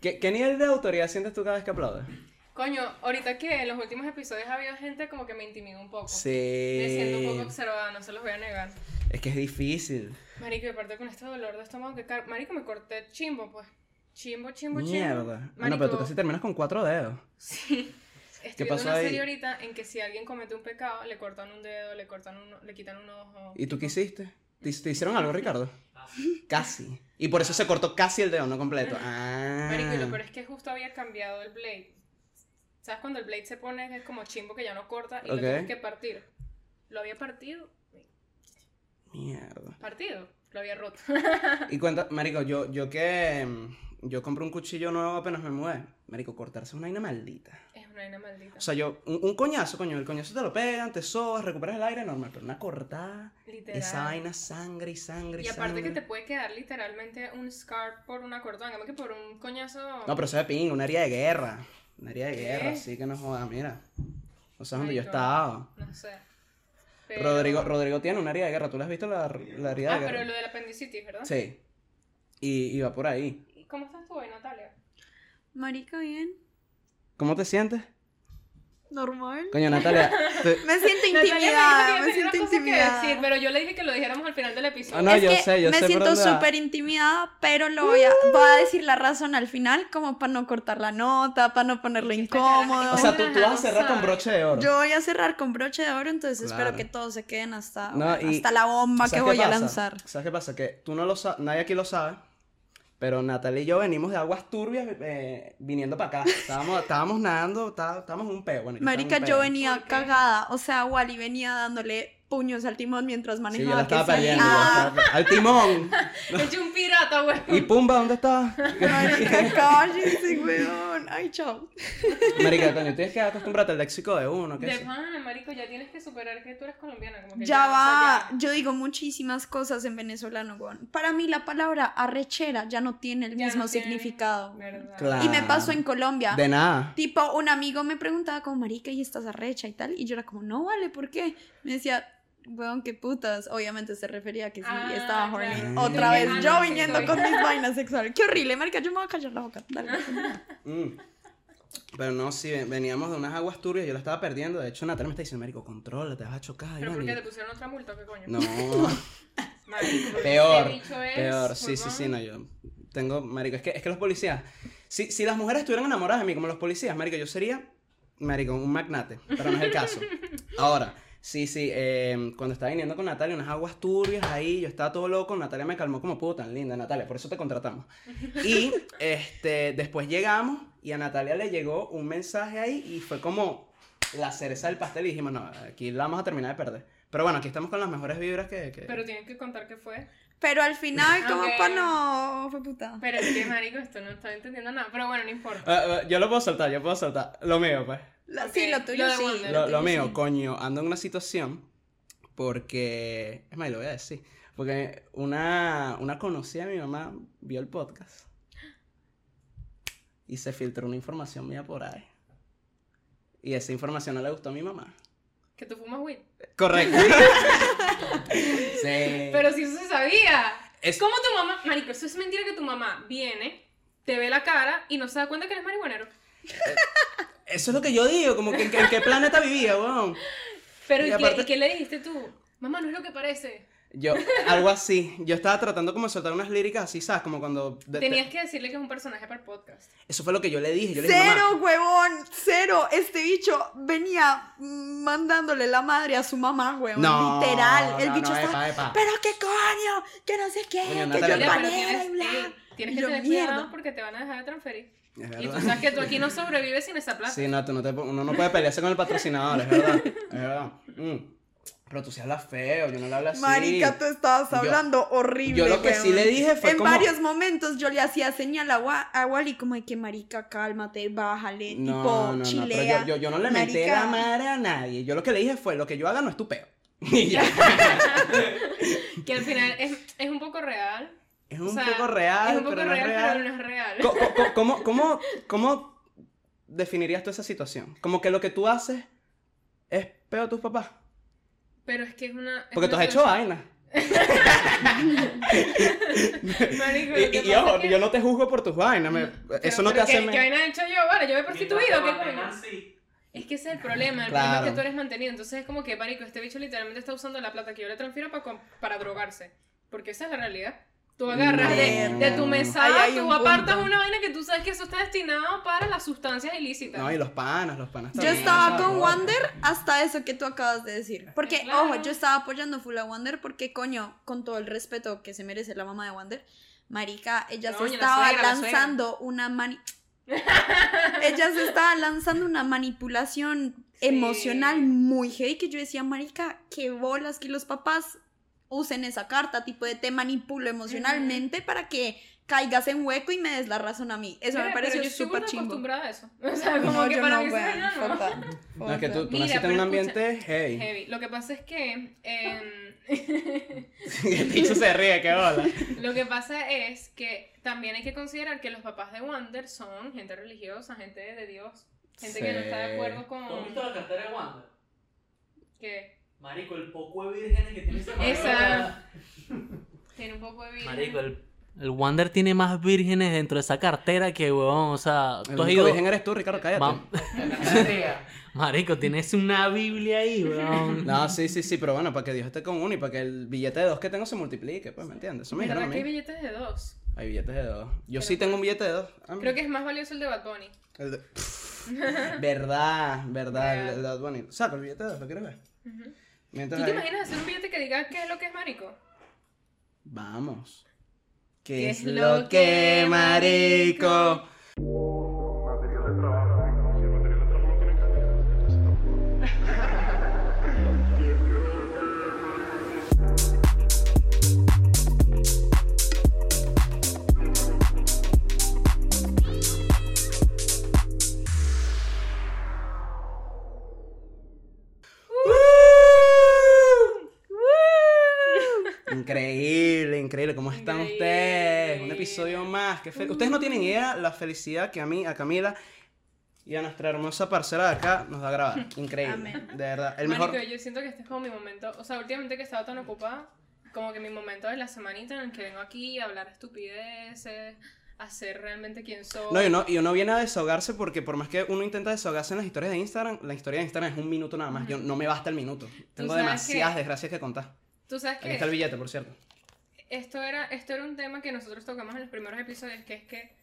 ¿Qué, qué nivel de autoridad sientes tú cada vez que aplaudes? Coño, ahorita que en los últimos episodios ha habido gente como que me intimida un poco. Sí. Me siento un poco observada, no se los voy a negar. Es que es difícil. Marico, y aparte con este dolor de estómago que car... Marico, me corté chimbo, pues. Chimbo, chimbo, chimbo. Mierda. Ah, No, pero tú casi terminas con cuatro dedos. Sí. Estoy ¿Qué viendo pasó una ahí? serie ahorita en que si alguien comete un pecado, le cortan un dedo, le cortan un, le quitan un ojo. ¿Y tú qué hiciste? ¿Te, te hicieron algo, Ricardo? Casi. Y por eso se cortó casi el dedo, no completo. Ah. Marico, y lo peor es que justo había cambiado el blade. ¿Sabes cuando el blade se pone es como chimbo que ya no corta y Ok. lo tienes que partir? Lo había partido, Mierda. partido, lo había roto. Y cuenta, Marico, yo, yo que. mm, Yo compré un cuchillo nuevo apenas me mudé. Marico, cortarse es una vaina maldita. es una vaina maldita. O sea, yo, un, un coñazo, coño, el coñazo te lo pegan, te sobas, recuperas el aire normal, pero una cortada, Literal. esa vaina sangre y sangre y, Y aparte que sangre. te puede quedar literalmente un scar por una cortada, en cambio que por un coñazo. No, pero eso es de pinga, un área de guerra. Un área de ¿Qué? guerra, así que no joda, mira. O sea, donde yo Marico. estaba. no sé. Pero- Rodrigo, Rodrigo tiene un área de guerra, ¿tú le has visto la, la área Ah, de guerra? pero lo del apendicitis, ¿verdad? Sí. Y, y va por ahí. ¿Y ¿Cómo estás tú hoy, Natalia? Marico, bien. ¿Cómo te sientes? Normal. Coño, Natalia. te- Me siento Natalia me intimidada. Me dijo que yo tenía una siento cosa que intimidada. decir, pero yo le dije que lo dijéramos al final del episodio. Ah, no, Es yo que sé, yo me sé por siento dónde va. súper intimidada, pero lo voy a, voy a decir la razón al final, como para no cortar la nota, para no ponerlo incómodo. O sea, tú, tú vas a cerrar con broche de oro. Yo voy a cerrar con broche de oro, entonces Claro. espero que todos se queden hasta, No, y- hasta la bomba ¿Sabes que qué voy a pasa? lanzar. ¿Sabes qué pasa? Que tú no lo sabes, nadie aquí lo sabe, pero Natalia y yo venimos de aguas turbias eh, viniendo para acá. Estábamos, estábamos nadando, está- estábamos en un peo. Bueno, yo Marica, estaba en un yo peo. venía ¿Por qué? cagada, o sea, Wally venía dándole puños al timón mientras Sí, yo manejaba. la estaba que sí. perdiendo. yo la Ah, estaba- Al timón. Es un pirata, güey. Y Pumba, ¿dónde estaba? Marica, cállense, weón. Ay, chao. Marica, coño, tienes que acostumbrarte al léxico de uno. ¿qué De sé? pana, marico, ya tienes que superar que tú eres colombiana. Como que Ya o va, sea, yo digo muchísimas cosas en venezolano, weón. Para mí la palabra arrechera ya no tiene el ya mismo no tiene- significado. ¿verdad? Claro. Y me pasó en Colombia. De nada. Tipo, un amigo me preguntaba como, marica, ¿y estás arrecha y tal? Y yo era como, no, vale, ¿por qué? Me decía, weón, qué putas. Obviamente se refería a que sí, Ah, estaba claro. horny. Sí. Otra Ah, vez, no, yo sí, viniendo soy. con mis vainas sexuales. Qué horrible, marica, yo me voy a callar la boca. Dale. Mm. Pero no, sí, veníamos de unas aguas turbias, yo la estaba perdiendo. De hecho, Natalia me está diciendo, Marico, controla, te vas a chocar. y Pero bueno, porque y- te pusieron otra multa, o ¿qué coño? No, Marico, porque peor. este bicho es, Peor, sí, sí, huevón. sí, no, yo tengo, Marico, es que, es que los policías, si, si las mujeres estuvieran enamoradas de mí como los policías, Marico, yo sería, Marico, un magnate, pero no es el caso. Ahora. Sí, sí, eh, cuando estaba viniendo con Natalia, unas aguas turbias ahí, yo estaba todo loco, Natalia me calmó como pudo, tan linda, Natalia, por eso te contratamos. Y este, después llegamos y a Natalia le llegó un mensaje ahí y fue como la cereza del pastel y dijimos, no, aquí la vamos a terminar de perder. Pero bueno, aquí estamos con las mejores vibras que... que- Pero tienen que contar qué fue. Pero al final, como Ok. para no, fue puta. Pero es que, marico, esto no está entendiendo nada. Pero bueno, no importa. Ah, ah, yo lo puedo soltar, yo puedo soltar. Lo mío, pues. La- Ok, Sí, lo tuyo lo de sí. Wonder. Lo, tuyo lo mío, sí. coño, ando en una situación porque... Es más, lo voy a decir. Porque una, una conocida de mi mamá vio el podcast y se filtró una información mía por ahí. Y esa información no le gustó a mi mamá. Que tú fumas weed. Correcto. sí. Pero si eso se sabía. Es- ¿Cómo tu mamá? Marico, eso es mentira que tu mamá viene, te ve la cara y no se da cuenta que eres marihuanero. Eso es lo que yo digo, como que en, en qué planeta vivía, weón. Pero Y ¿y, aparte- qué, y qué le dijiste tú? Mamá, no es lo que parece. Yo, algo así. Yo estaba tratando como de soltar unas líricas así, ¿sabes? Como cuando... de- te- Tenías que decirle que es un personaje para el podcast. Eso fue lo que yo le dije. Yo le dije, Cero, mamá, huevón, cero. Este bicho venía mm, mandándole la madre a su mamá, huevón. No, literal. El no, bicho no, estaba. epa, epa. Pero qué coño, que no sé qué, Coño, que Natalia, yo Pero Mira, pero panera y bla. tienes, eh, tienes Y que yo, tener mierda. cuidado porque te van a dejar de transferir. Es Y tú verdad. sabes que tú aquí no sobrevives sin esa plata. Sí, no, tú no te- uno no puede pelearse con el patrocinador, es verdad. Es verdad. Mm. Pero tú sí hablas feo, yo no le hablo así. Marica, tú estabas Yo- hablando horrible. yo lo que weón. sí le dije fue En como- varios momentos yo le hacía señal a, Wa- a Wally como de que marica, cálmate, bájale, No, tipo, no, no, pero chilea. yo, yo, yo no le menté Marica, la madre a nadie. Yo lo que le dije fue, lo que yo haga no es tu peo. Y ya. Que al final es, es un poco real. Es O un sea, poco real, Es un poco pero real, no es real. pero no es real. Co- co- co- ¿Cómo, cómo, cómo definirías tú esa situación? Como que lo que tú haces es peo a tus papás. Pero es que es una. es Porque tú una has hecho solución. vaina. Marico, lo Y, que y- y pasa ojo, es que- yo no te juzgo por tus vainas. me- eso no te Pero, hace. ¿Qué, me- ¿Qué vaina he hecho yo? Vale, yo me he prostituido, ¿qué coño? Sí. Es que ese es el problema, el problema Claro. es que tú eres mantenido. Entonces es como que, marico, este bicho literalmente está usando la plata que yo le transfiero para, para drogarse. Porque esa es la realidad. Tú agarras de, Mm. No. de tu mesada, Ahí hay tú un apartas punto. una vaina que tú sabes que eso está destinado para las sustancias ilícitas. No, y los panas, los panas Yo también, estaba o sea, con no. Wander hasta eso que tú acabas de decir. Porque, Claro. ojo, yo estaba apoyando full a Wander porque, coño, con todo el respeto que se merece la mamá de Wander, Marica, ella No, se doña, la estaba suegra, la suegra. lanzando una mani... ella se estaba lanzando una manipulación Sí. emocional muy heavy que yo decía, Marica, qué bolas que los papás usen esa carta, tipo de te manipulo emocionalmente para que caigas en hueco y me des la razón a mí. Eso Mira, me pero pareció yo estoy súper burda chingo. acostumbrada a eso. O sea, como que yo para mí no, esa weón, vaina no. fuck that. No, es que tú, tú Mira, naciste en pero un escucha. ambiente hey. Heavy. Lo que pasa es que. em, El bicho se ríe, qué bola. Lo que pasa es que también hay que considerar que los papás de Wander son gente religiosa, gente de Dios, gente que no está de acuerdo ¿Tú has con visto la cartera de Wanda? que Marico, el poco de vírgenes que tiene esa marica. Esa. tiene un poco de vida. Marico, el, el Wander tiene más vírgenes dentro de esa cartera que, huevón, o sea, El tú has único ido... virgen eres tú, Ricardo, cállate. Mam- Marico, tienes una Biblia ahí, huevón. No, sí, sí, sí, pero bueno, para que Dios esté con uno y para que el billete de dos que tengo se multiplique, pues, ¿me entiendes? Eso me dijeron a ¿Verdad que hay mí. billetes de dos? Hay billetes de dos. Yo sí tengo un billete de dos. Ah, Creo que es más valioso el de Bad Bunny. el de- verdad, verdad, el, el Bad Bunny. Saca el billete de dos, ¿lo quieres ver? Ujú. ¿Tú Mientras te ahí- imaginas hacer un billete que diga qué es lo que es marico? Vamos. ¿Qué, es lo que, marico? material de trabajo. ¿eh? Si el material de trabajo lo tienen que hacer, entonces tampoco. Increíble, increíble. ¿Cómo están Increíble. ustedes? Un episodio más. qué fel- Uh. Ustedes no tienen idea la felicidad que a mí, a Camila y a nuestra hermosa parcela de acá nos da grabar. Increíble. Amén. De verdad. El marico, mejor. yo siento que este es como mi momento, o sea, últimamente que he estado tan ocupada, como que mi momento de la semanita en el que vengo aquí a hablar estupideces, a ser realmente quien soy. No, y uno, y uno viene a desahogarse porque por más que uno intenta desahogarse en las historias de Instagram, la historia de Instagram es un minuto nada más. Yo no me basta el minuto. Tengo sabes demasiadas que- desgracias que contar. Tú sabes Aquí que está el billete, por cierto. esto era, esto era un tema que nosotros tocamos en los primeros episodios, que es que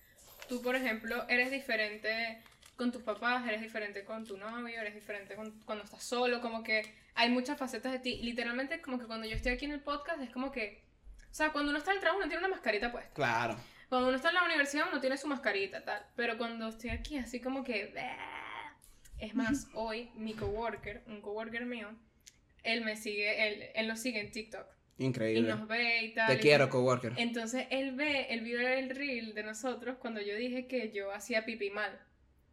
tú, por ejemplo, eres diferente con tus papás, eres diferente con tu novio, eres diferente con- cuando estás solo, como que hay muchas facetas de ti. Literalmente, como que cuando yo estoy aquí en el podcast, es como que, o sea, cuando uno está en el trabajo, uno tiene una mascarita puesta. Claro. Cuando uno está en la universidad, uno tiene su mascarita, tal. Pero cuando estoy aquí, así como que... Es más, hoy mi coworker, un coworker mío, él me sigue, él, él lo sigue en TikTok. Y Increíble. nos ve y tal. Te y- quiero, coworker. entonces él ve, él vio el reel de nosotros cuando yo dije que yo hacía pipí mal,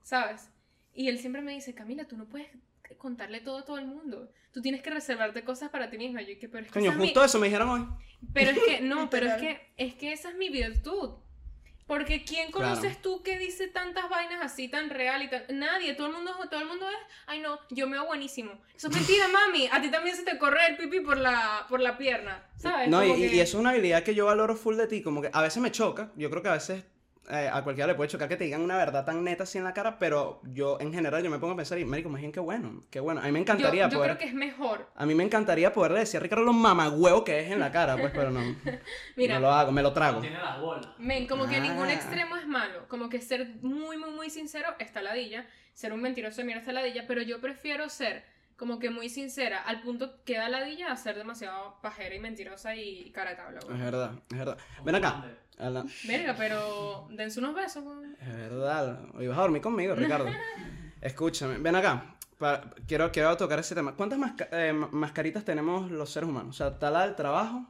¿sabes? Y él siempre me dice, Camila, tú no puedes contarle todo a todo el mundo. Tú tienes que reservarte cosas para ti misma. Yo, que, pero es que Coño, esa es mi- justo eso me dijeron hoy. pero es que, no, pero es Literal. que, es que esa es mi virtud. Porque ¿quién Claro. conoces tú que dice tantas vainas así tan real y tan... Nadie, todo el mundo, todo el mundo es, ay no, yo me veo buenísimo. Eso es mentira, mami. A ti también se te corre el pipí por la, por la pierna, ¿sabes? No, y, Como y- que- y es una habilidad que yo valoro full de ti, como que a veces me choca, yo creo que a veces eh, a cualquiera le puede chocar que te digan una verdad tan neta así en la cara, pero yo en general yo me pongo a pensar y, marico, más bien qué bueno, qué bueno, a mí me Yo- encantaría yo poder... creo que es mejor A mí me encantaría poder decir a Ricardo lo mamagüeo que es en la cara, pues, pero no, Mira, no lo hago, me lo trago. Tiene las bolas. men, como que ningún Ah. extremo es malo. Como que ser muy, muy, muy sincero está ladilla. Ser un mentiroso de mierda está ladilla. Pero yo prefiero ser como que muy sincera al punto que da ladilla a ser demasiado pajera y mentirosa y cara de tabla, Es güey. verdad, es verdad. Ven acá. Wander. Ala, Verga, pero dense unos besos, güey. Es verdad, hoy vas a dormir conmigo, Ricardo. Escúchame, ven acá. pa- quiero, quiero tocar ese tema. ¿Cuántas masca- eh, ma- mascaritas tenemos los seres humanos? O sea, está la del trabajo,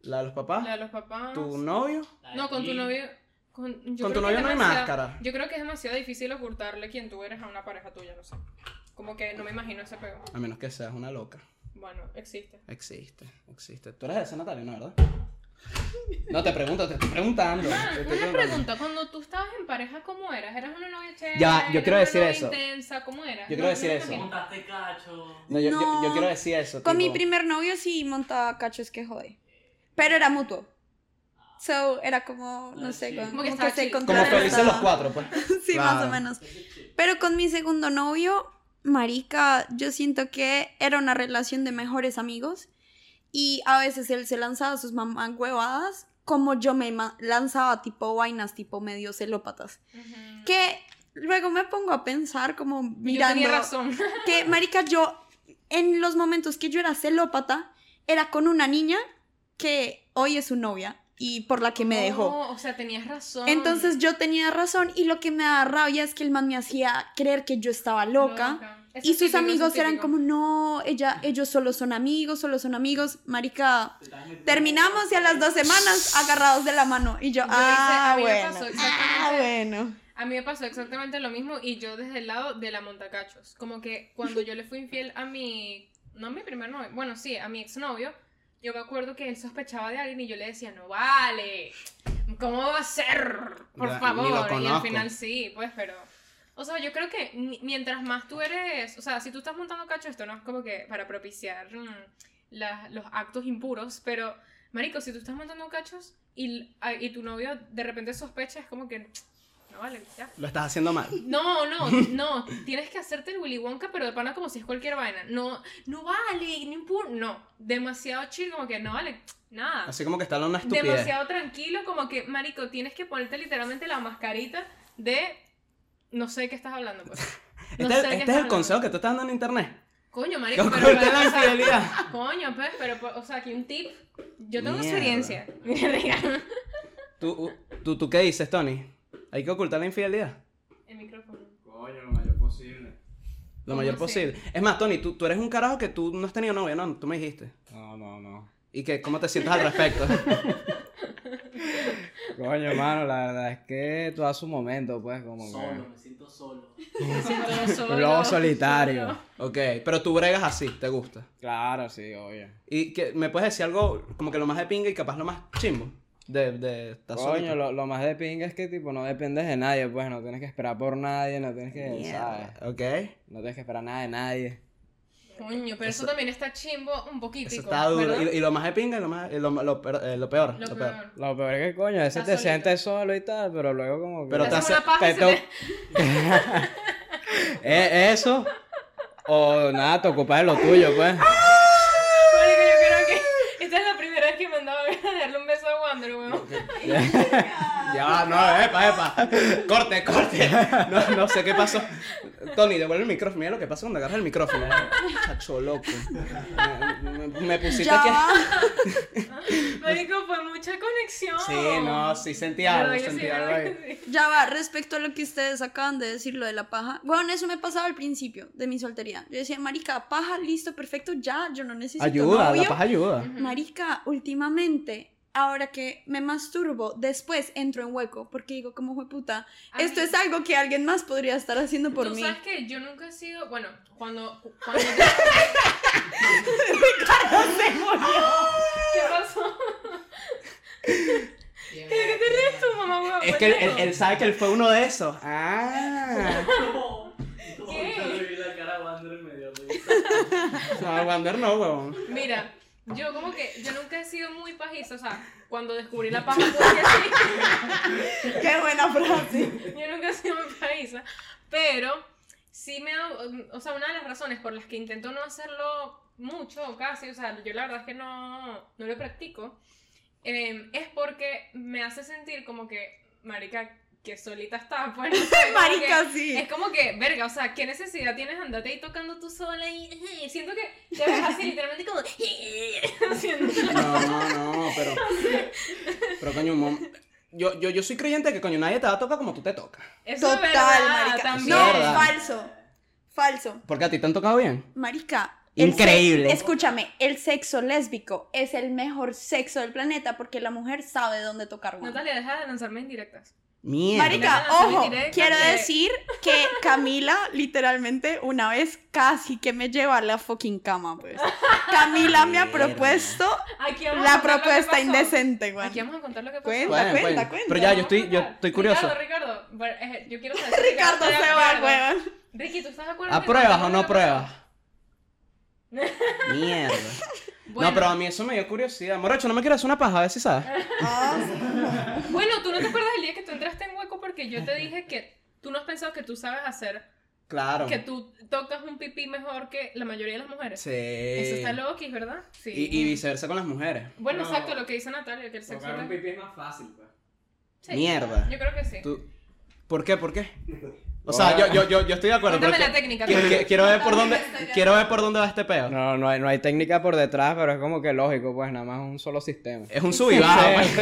la de los papás, La de los papás. tu novio. No, con tu Y- novio. Con, yo Con tu creo que es novio no hay demasiado- máscara. Yo creo que es demasiado difícil ocultarle quién tú eres a una pareja tuya, no sé. Como que no me imagino ese pego. A menos que seas una loca. Bueno, existe. Existe, existe. Tú eres de esa, Natalia, ¿no, verdad? No, te pregunto, te estoy preguntando. Ah, te estoy una preguntando. pregunta, cuando tú estabas en pareja, ¿cómo eras? ¿Eras una novia chévere? Ya, yo ¿Eras quiero una decir novia eso. intensa? ¿Cómo eras? Yo quiero decir me eso. imagino. Montaste cacho. No, yo, yo- No. yo quiero decir eso. Con mi tipo, primer novio sí montaba cachos que jode. Pero era mutuo. So, era como, no Ah, sé, sí. como, Como que como que estaba se chill. Como Como Claro, felices los contrarrestaba. cuatro, pues. Sí, más Claro. o menos. Pero con mi segundo novio, Marica, yo siento que era una relación de mejores amigos. Y a veces él se lanzaba sus mamás huevadas, como yo me ma- lanzaba tipo vainas, tipo medio celópatas. Ujú. Que luego me pongo a pensar, como Yo mirando. tenía razón. Que, Marica, yo, en los momentos que yo era celópata, era con una niña que hoy es su novia y por la que me dejó. No, o sea, tenías razón. Entonces yo tenía razón y lo que me da rabia es que el man me hacía creer que yo estaba loca. Eso Y es sus típico, eso amigos es eran típico. como, no, ella, ellos solo son amigos, solo son amigos. Marica, terminamos y a las dos semanas agarrados de la mano. Y yo, Yo hice- ah, a mí me bueno, pasó ah, bueno. A mí me pasó exactamente lo mismo y yo desde el lado de la montacachos. Como que cuando yo le fui infiel a mi. No a mi primer novio, bueno, sí, a mi exnovio, yo me acuerdo que él sospechaba de alguien y yo le decía, no vale, ¿cómo va a ser? Por Ya, ni lo favor. Y al conozco. final sí, pues, pero. O sea, yo creo que mi- mientras más tú eres. O sea, si tú estás montando cacho, esto no es como que para propiciar mm, las- los actos impuros, pero. Marico, si tú estás montando cachos y, y tu novio de repente sospecha, es como que. No vale, ya. Lo estás haciendo mal. No, no, no. Tienes que hacerte el Willy Wonka, pero de pana como si es cualquier vaina. No, no vale, no importa. No, demasiado chill, como que no vale nada. Así como que está una estupidez. Demasiado tranquilo, como que, marico, tienes que ponerte literalmente la mascarita de. No sé de qué estás hablando, pues. No sé de este qué este estás es el hablando. consejo que tú estás dando en internet. Coño, Que marico, pero. oculta pero, la o sea, infidelidad. coño, pues, pero, pues, o sea, aquí un tip. Yo tengo Mierda. experiencia. ¿Tú, u- tú, ¿Tú qué dices, Tony? Hay que ocultar la infidelidad. el micrófono. Coño, lo mayor posible. Lo ¿Cómo mayor así? posible. Es más, Tony, tú, tú eres un carajo que tú no has tenido novia, ¿no? Tú me dijiste. No, no, no. ¿Y qué? ¿Cómo te sientes al respecto? Coño, mano, la verdad es que todo a su momento, pues, como que- Solo, me siento solo. Me siento solo. Lobo solitario. ok, pero tú bregas así, te gusta. Claro, sí, obvio. ¿Y que me puedes decir algo como que lo más de pinga y capaz lo más chimbo? De, de estar solito? Coño, lo, lo más de pinga es que, tipo, no dependes de nadie, pues, no tienes que esperar por nadie, no tienes que, ¿sabes? Mierda, Ok. No tienes que esperar nada de nadie. Coño, pero eso, también está chimbo un poquitico. Eso está duro. ¿verdad? Y, y lo más de pinga y lo, más, y lo, lo per- eh, lo peor. Lo lo peor. peor. Lo peor es que, coño, a veces Estás te solito. sientes solo y tal, pero luego como que... Pero Te te haces una hace- paja y te se te- to- ¿E- ¿Eso? O nada, te ocupas de lo tuyo, pues. Marico, yo creo que esta es la primera vez que me andaba a darle un beso a Wander, weón. Ya, va, no, epa, epa. Corte, corte. No, no sé qué pasó. Tony, devuelve el micrófono. Mira lo que pasa cuando agarras el micrófono. Chacho loco. Me, me- me pusiste Ya aquí. va. Marico, fue mucha conexión. Sí, no, sí sentí algo, Yo sí, sentí yo algo ahí. sí. Ya va, respecto a lo que ustedes acaban de decir, lo de la paja. Bueno, eso me pasaba al principio de mi soltería. Yo decía, marica, paja, listo, perfecto, ya, yo no necesito Ayuda, novio. la paz ayuda. Marica, últimamente, ahora que me masturbo, después entro en hueco, porque digo, como fue puta, A esto mí- es algo que alguien más podría estar haciendo por Tú mí. sabes que yo nunca he sido. Bueno, cuando. cuando ¿Qué pasó? ¿Qué, qué te ríes tú, mamá, weón? Es que él, él- él sabe que él fue uno de esos. Ah. ¿Qué? la cara a Wander en medio No, Wander no, huevón. Mira, yo como que. Yo nunca he sido muy pajiza, o sea, cuando descubrí la paja, fue que sí. Qué buena frase. Yo nunca he sido muy paisa, pero sí me ha, o sea, una de las razones por las que intento no hacerlo mucho o casi, o sea, yo la verdad es que no, no lo practico, eh, es porque me hace sentir como que, marica, que solita está, pues, no sé, como que- Marica, sí. es como que, verga, o sea, ¿qué necesidad tienes? Andate ahí tocando tú sola y, y siento que te ves así literalmente como... haciendo- No, no, no, pero. Pero coño, mom- yo, yo, yo soy creyente de que coño, nadie te va a tocar como tú te tocas. Eso es Total, verdad, marica. también. No, verdad. falso. Falso. Porque a ti te han tocado bien. Marica. el se- Increíble. escúchame, el sexo lésbico es el mejor sexo del planeta porque la mujer sabe dónde tocar. güey. Natalia, deja de lanzarme indirectas. Mierda. Marica, Claro, ojo, soy directa quiero que- decir que Camila literalmente una vez casi que me lleva a la fucking cama, pues. Camila me ha Mierda. propuesto Aquí vamos a contar la lo que propuesta pasó. indecente, güey. Aquí vamos a contar lo que pasó. Cuenta, Bueno, cuenta, bueno. cuenta. Pero ya, yo estoy, yo Vamos a estoy contar. curioso. Ricardo, Ricardo, bueno, eh, yo quiero saber. si Ricardo está de se va, acuerdo. weón. Ricky, ¿tú estás de acuerdo? en que ¿Apruebas está o no de acuerdo? apruebas? Mierda. Bueno. No, pero a mí eso me dio curiosidad. Morocho, no me quieras hacer una paja, a ver si sabes. Bueno, tú no te acuerdas del día que tú entraste en hueco porque yo te dije que tú no has pensado que tú sabes hacer, Claro. que tú tocas un pipí mejor que la mayoría de las mujeres. Sí. Eso está loco, ¿verdad? Sí. Y, y viceversa con las mujeres. Bueno, No. exacto, lo que dice Natalia, que el sexo... es- pipí es más fácil, pues. Sí, Mierda. Yo creo que sí. Tú- ¿Por qué? ¿Por qué? O sea, yo, yo, yo, yo estoy de acuerdo. Cuéntame pero la que- técnica, que- ¿no? que- quiero, ver por dónde, quiero ver por dónde va este peo. No, no hay, no hay técnica por detrás, pero es como que lógico, pues nada más un solo sistema. Es un sub y baja. pues.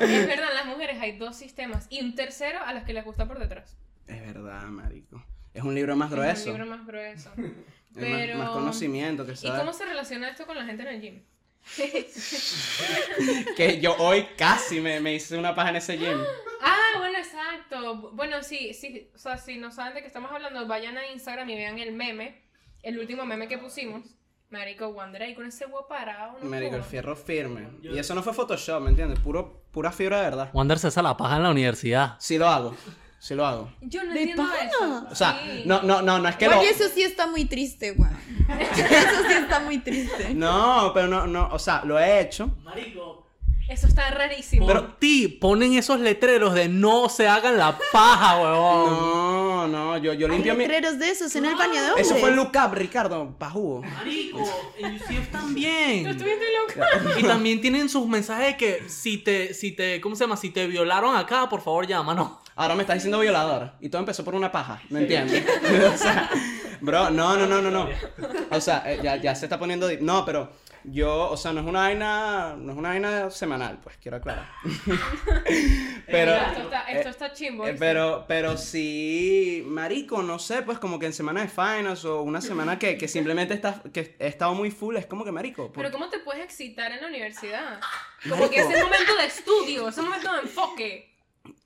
Es verdad, las mujeres hay dos sistemas y un tercero a las que les gusta por detrás. Es verdad, marico. Es un libro más Es grueso. un libro más grueso. Es más- Pero... más, conocimiento que ¿Y cómo sabes. se relaciona esto con la gente en el gym? Que yo hoy casi me, me hice una paja en ese gym. Ah, bueno, exacto. Bueno, sí, sí, o sea, si no saben de qué estamos hablando, vayan a Instagram y vean el meme, el último meme que pusimos. Marico Wander ahí con ese huevo parado. ¿no? Marico, el Joda. fierro firme. Y eso no fue Photoshop, ¿me entiendes? Puro, pura fibra de verdad. Wander se hace la paja en la universidad. Sí lo hago. Sí lo hago. Yo no De entiendo pana. eso. O sea, Sí. no, no, no, no es que lo... Bueno, eso sí está muy triste, güey. Eso sí está muy triste. No, pero no, no, o sea, lo he hecho. Marico, Eso está rarísimo. Pero ti ponen esos letreros de no se hagan la paja, huevón. No, no, yo, yo Hay limpio mi... letreros de esos en el baño de hombres. Eso fue Look Up, Ricardo, pajugo. marico, en UCF también. También. Estuviste loco. Y también tienen sus mensajes de que si te, si te, ¿cómo se llama? Si te violaron acá, por favor llámanos. Ahora me estás diciendo violador. Y todo empezó por una paja, ¿me entiendes? o sea, bro, no, no, no, no, no. O sea, eh, ya, ya se está poniendo... di- No, pero yo, o sea, no es una vaina, no es una vaina semanal, pues, quiero aclarar. pero... Mira, esto está, esto está chimbo. Eh, ¿viste? pero, pero sí, marico, no sé, pues como que en semana de finals o una semana que, que simplemente estás, que he estado muy full, es como que marico. por- Pero ¿cómo te puedes excitar en la universidad? Como que ese momento de estudio, ese momento de enfoque.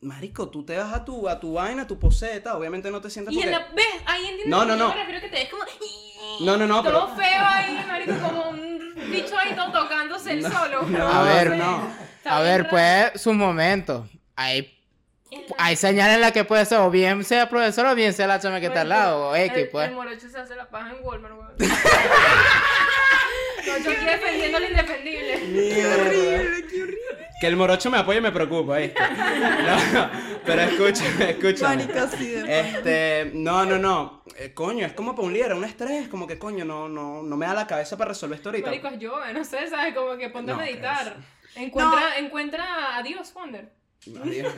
Marico, tú te vas a tu, a tu vaina, a tu poseta, obviamente no te sientes Y en porque- la ves, ahí entiendes. No, que no, yo no. Me refiero que te ves como. No, no, no, Todo pero... feo ahí, marico, como un bicho ahí todo tocándose el solo. no, No A ver, sé. no. Está A bien ver, raro. pues, sus momentos. Hay, El- hay señales en las que puede ser, o bien sea profesor, o bien sea la chama que está al Marico, lado, o X, el- pues. El morocho se hace la paja en Walmart, weón. No, yo aquí defendiendo lo indefendible. Que el morocho me apoye y me preocupa, ¿viste? No, pero escúchame, escúchame. Marica, sí, de pana. Este, no, no, no. Eh, coño, es como para un líder, un estrés, como que coño, no, no, no me da la cabeza para resolver esto ahorita. Marico, es yo, eh, no sé, ¿sabes? Como que ponte No, a creo meditar. Encuentra, encuentra a Dios, Wander. Adiós.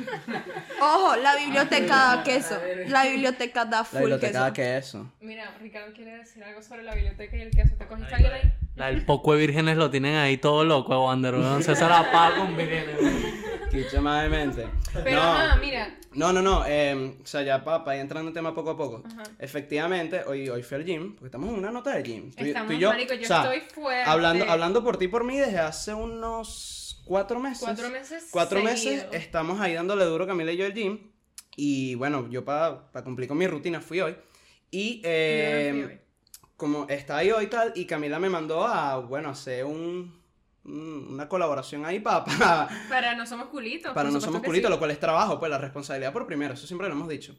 Ojo, la biblioteca da queso. La biblioteca da La full biblioteca, queso. que eso. Mira, Ricardo quiere decir algo sobre la biblioteca y el queso. ¿Te cogiste a alguien ahí? La del poco de vírgenes lo tienen ahí todo loco, Wander, huevón. Se hace la paja con vírgenes. huevón. Quiche más de mente. Pero, no. ah, mira. no, no, no, eh, o sea, ya papá, entrando en tema poco a poco. Ajá. Efectivamente, hoy, hoy fui al gym, porque estamos en una nota de gym. Tú y- tú y Estamos, marico, yo o sea, estoy fuerte. Hablando, hablando por ti y por mí desde hace unos cuatro meses. Cuatro meses Cuatro meses este, seguido. estamos ahí dándole duro Camila y yo al gym. Y bueno, yo para cumplir con mi rutina fui hoy. Y eh, Yo no fui hoy. como está ahí hoy tal, y Camila me mandó a, bueno, hacer un, un- una colaboración ahí para... Para no somos culitos. Para por no supuesto somos que culitos, sí. lo cual es trabajo, pues la responsabilidad por primero, eso siempre lo hemos dicho.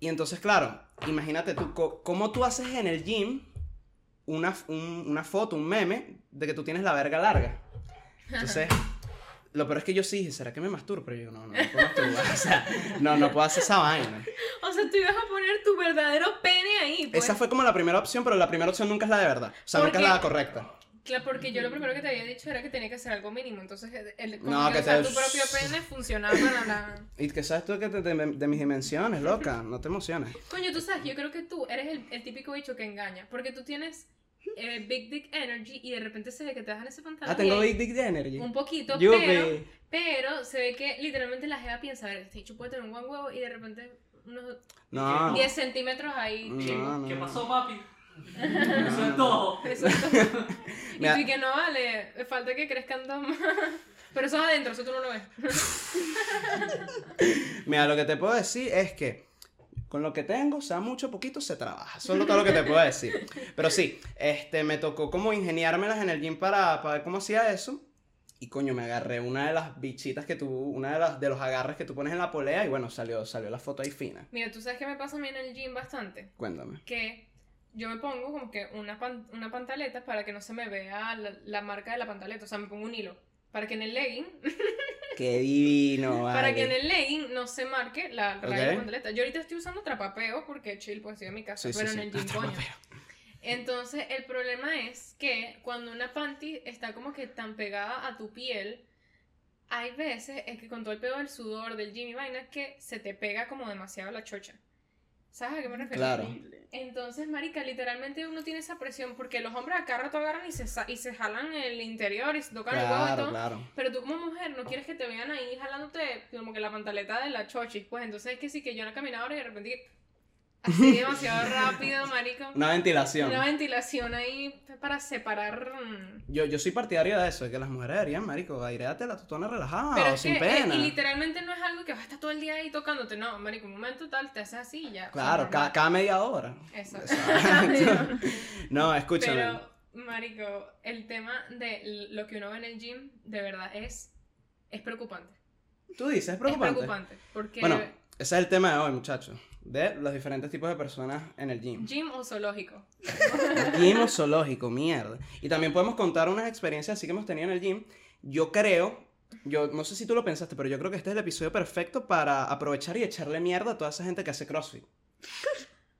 Y entonces, claro, imagínate tú, co- ¿cómo tú haces en el gym una, f- un- una foto, un meme de que tú tienes la verga larga? Entonces, lo peor es que yo sí dije, ¿será que me masturbo? Pero yo, no, no, no puedo masturbar, o sea, no, no puedo hacer esa vaina. O sea, tú ibas a poner tu verdadero pene ahí. Pues. Esa fue como la primera opción, pero la primera opción nunca es la de verdad, o sea, ¿Por nunca qué? es la correcta. Claro, porque yo lo primero que te había dicho era que tenía que ser algo mínimo. Entonces, el- el, como No, que, que usar te- tu propio pene funcionaba para la... Y que sabes tú que te- de, de mis dimensiones, loca, no te emociones. Coño, tú sabes, yo creo que tú eres el, el típico bicho que engaña. Porque tú tienes eh, Big Dick Energy y de repente se ve que te dejan ese pantalón. Ah, tengo y ahí Big Dick de Energy. Un poquito, Yupi. pero, pero se ve que literalmente la jeva piensa, a ver, este bicho puede tener un buen huevo y de repente unos No. 10 centímetros ahí. No, chimbo. no, ¿Qué no. pasó, papi? Eso es todo. Eso es todo. y Mira. tú y que no vale, falta que crezcan dos más. Pero eso es adentro, eso tú no lo ves. Mira, lo que te puedo decir es que con lo que tengo, sea mucho o poquito, se trabaja. Eso es lo- todo lo que te puedo decir. Pero sí, este, me tocó como ingeniármelas en el gym para, para ver cómo hacía eso. Y coño, me agarré una de las bichitas que tú, una de las de los agarres que tú pones en la polea y bueno, salió, salió la foto ahí fina. Mira, tú sabes que me pasa a mí en el gym bastante. Cuéntame. Que yo me pongo como que una, pan- una pantaleta para que no se me vea la, la marca de la pantaleta. O sea, me pongo un hilo. Para que en el legging, Qué divino, vale. para que en el legging no se marque la raya de Ok. la pantaleta. Yo ahorita estoy usando trapapeo porque chill, pues estoy en mi casa, Sí, sí, pero sí. en el gym, Ah, coño. trapapeo. Entonces, el problema es que cuando una panty está como que tan pegada a tu piel, hay veces es que con todo el pedo del sudor, del gym y vaina, que se te pega como demasiado la chocha. ¿Sabes a qué me refiero? Claro. Entonces, marica, literalmente uno tiene esa presión porque los hombres acá rato agarran y se, sa- y se jalan el interior y se tocan el huevo y Claro, todo. claro. Pero tú como mujer no quieres que te vean ahí jalándote como que la pantaleta de la chochis. Pues entonces es que sí, que yo en la caminadora y de repente así demasiado rápido, marica. Una ventilación. Una ventilación ahí para separar. mm. Yo, yo soy partidario de eso, de que las mujeres deberían, marico, aireate la tutona relajada Pero o es sin que, eh, pena. y literalmente no es algo que vas a estar todo el día ahí tocándote, no, marico, un momento tal, te haces así y ya. o sea, Claro, normal. ca- cada media hora. Exacto. Exacto. no, escúchame. Pero, marico, el tema de l- lo que uno ve en el gym, de verdad, es, es preocupante. Tú dices, es preocupante. Es preocupante, porque Bueno, ese es el tema de hoy, muchachos. De los diferentes tipos de personas en el gym. gym o zoológico. Gym o zoológico, mierda. Y también podemos contar unas experiencias así que hemos tenido en el gym. Yo creo, yo no sé si tú lo pensaste, pero yo creo que este es el episodio perfecto para aprovechar y echarle mierda a toda esa gente que hace CrossFit.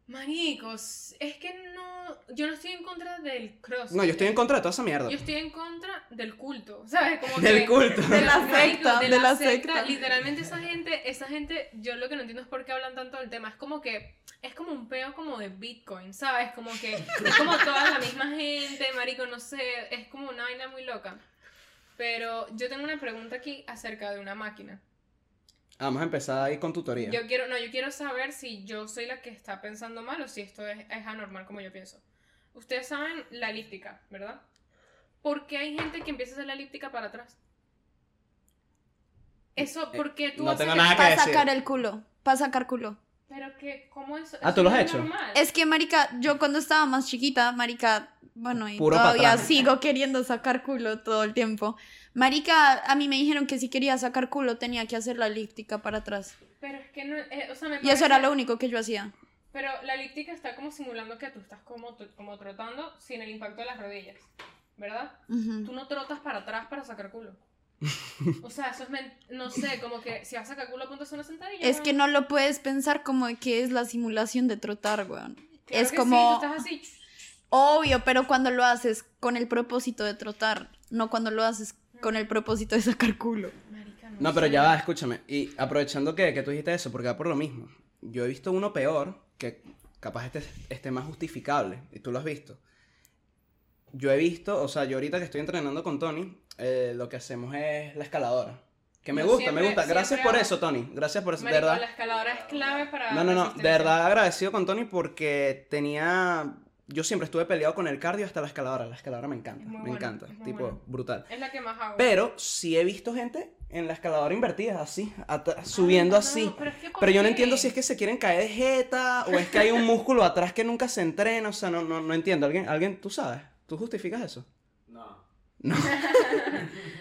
Maricos, es que no, yo no estoy en contra del cross. No, yo estoy en contra de toda esa mierda. Yo estoy en contra del culto, ¿sabes? Como Del que- culto. De la marico, secta, de la secta. Literalmente esa gente, esa gente, yo lo que no entiendo es por qué hablan tanto del tema. Es como que, es como un peo como de Bitcoin, ¿sabes? Como que es como toda la misma gente, marico, no sé, es como una vaina muy loca. Pero yo tengo una pregunta aquí acerca de una máquina. Vamos a empezar ahí con tutoría. Yo quiero, no, yo quiero saber si yo soy la que está pensando mal o si esto es, es anormal como yo pienso. Ustedes saben la elíptica, ¿verdad? ¿Por qué hay gente que empieza a hacer la elíptica para atrás? Eso, ¿por qué tú Eh, no haces tengo el- nada que Para decir. sacar el culo. Para sacar culo. Pero que, ¿cómo eso? Ah, eso ¿tú lo no has es hecho? normal. Es que, Marica, yo cuando estaba más chiquita, Marica, bueno, y Puro pa' todavía atrás. sigo queriendo sacar culo todo el tiempo. Marica, a mí me dijeron que si quería sacar culo tenía que hacer la elíptica para atrás. Pero es que no, eh, o sea, me Y eso era parece- lo único que yo hacía. Pero la elíptica está como simulando que tú estás como, como trotando sin el impacto de las rodillas, ¿verdad? Ujú. Tú no trotas para atrás para sacar culo. O sea, eso es. men- No sé, como que si vas a sacar culo, apunta a una sentadilla. Es que no lo puedes pensar como que es la simulación de trotar, weón. Claro es que como- Sí, tú estás así. Obvio, pero cuando lo haces con el propósito de trotar, no cuando lo haces con el propósito de sacar culo. Marica, No, pero sé. ya va, escúchame. Y aprovechando que, que tú dijiste eso, porque va por lo mismo. Yo he visto uno peor, que capaz este esté más justificable, y tú lo has visto. Yo he visto, o sea, yo ahorita que estoy entrenando con Tony, eh, lo que hacemos es la escaladora. Que me Yo gusta, siempre- me gusta. Gracias siempre por hago- eso, Tony. Gracias por eso, de Marico, verdad. La escaladora es clave para. No, no, no. De resistencia. verdad agradecido con Tony porque tenía... Yo siempre estuve peleado con el cardio hasta la escaladora. La escaladora me encanta, Es muy me buena, encanta. es muy Tipo, buena. brutal. Es la que más hago. Pero sí he visto gente en la escaladora invertida, así, ata- subiendo no, así. pero es que ¿por Pero yo no qué? entiendo si es que se quieren caer de jeta o es que hay un músculo atrás que nunca se entrena. O sea, no, no, no entiendo. ¿Alguien, ¿Alguien, tú sabes? ¿Tú justificas eso? No.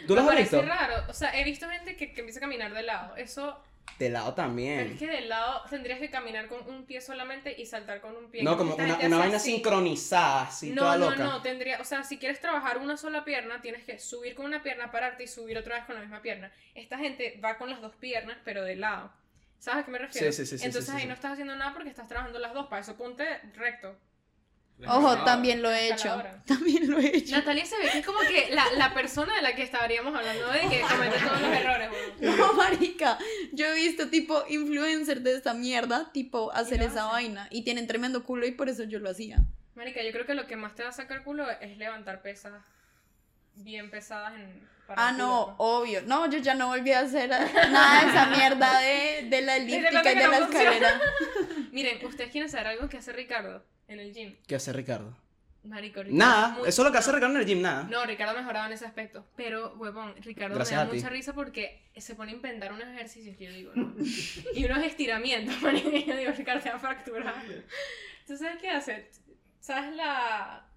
¿Tú Me lo has parece visto? raro. O sea, he visto gente que, que empieza a caminar de lado. Eso. De lado Pero es también. que de lado tendrías que caminar con un pie solamente y saltar con un pie. No, como Esta una, gente una hace vaina así. sincronizada, así, No, toda no, loca. no, tendría, o sea, si quieres trabajar una sola pierna, tienes que subir con una pierna, pararte y subir otra vez con la misma pierna. Esta gente va con las dos piernas, pero de lado. ¿Sabes a qué me refiero? Sí, sí, sí, sí, Entonces sí, sí, ahí sí. no estás haciendo nada porque estás trabajando las dos, para eso ponte recto. Ojo, también lo he hecho. Escaladora. También lo he hecho. Natalia se ve que es como que la, la persona de la que estaríamos hablando de que comete todos los errores, boludo. No, marica, yo he visto tipo influencer de esta mierda, tipo hacer lo esa hacen. vaina y tienen tremendo culo y por eso yo lo hacía. Marica, yo creo que lo que más te va a sacar culo es levantar pesas bien pesadas en para Ah, el no, culo, pues. obvio. No, yo ya no volví a hacer nada de esa mierda de, de la elíptica cuenta y que de no la funciona. escalera. Miren, ustedes quieren saber algo que hace Ricardo en el gym. ¿Qué hace Ricardo? Marico, Ricardo Nada, muy- eso es lo que hace Ricardo en el gym, nada. No, Ricardo ha mejorado en ese aspecto. Pero, huevón, Ricardo Gracias me a da ti. mucha risa porque se pone a inventar unos ejercicios que yo digo, no. y unos estiramientos, marico. y Yo digo, Ricardo te va a fracturar. ¿Tú sabes qué hace? ¿Sabes la.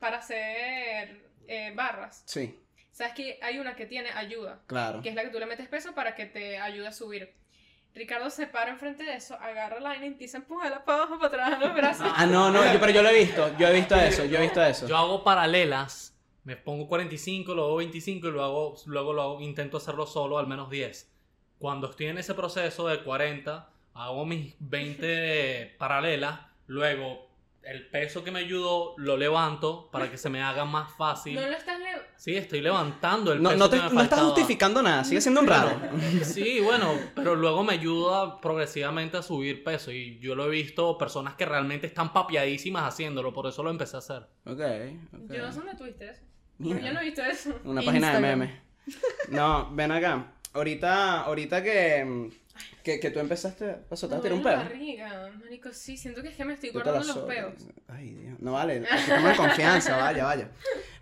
para hacer eh, barras? Sí, ¿Sabes que hay una que tiene ayuda? claro. que es la que tú le metes peso para que te ayude a subir. Ricardo se para enfrente de eso, agarra la vaina y empieza a empujarla para abajo, para atrás, los brazos. Ah, no, no, yo- pero yo lo he visto, yo he visto eso, yo he visto eso. Yo hago paralelas, me pongo 45, luego 25 y luego, luego lo hago- intento hacerlo solo al menos 10. Cuando estoy en ese proceso de 40, hago mis 20 paralelas, luego el peso que me ayudó lo levanto para que se me haga más fácil. No lo estás le- Sí, estoy levantando el No, peso no, te, que me no estás faltaba. justificando nada, sigue siendo un raro. Sí, bueno, pero luego me ayuda progresivamente a subir peso y yo lo he visto personas que realmente están papiadísimas haciéndolo, por eso lo empecé a hacer. Ok, ok. Yo no sé dónde tuviste eso. Mira. Yo no he visto eso. Una página de Instagram. memes. No, ven acá. Ahorita, ahorita que, mm, que, que tú empezaste, pasó, te vas a tirar Me un duele peo. la barriga, marico, sí, siento que es que me estoy Yo te la guardando los sobo. peos. Ay, Dios. No vale, estamos en confianza, vaya, vaya.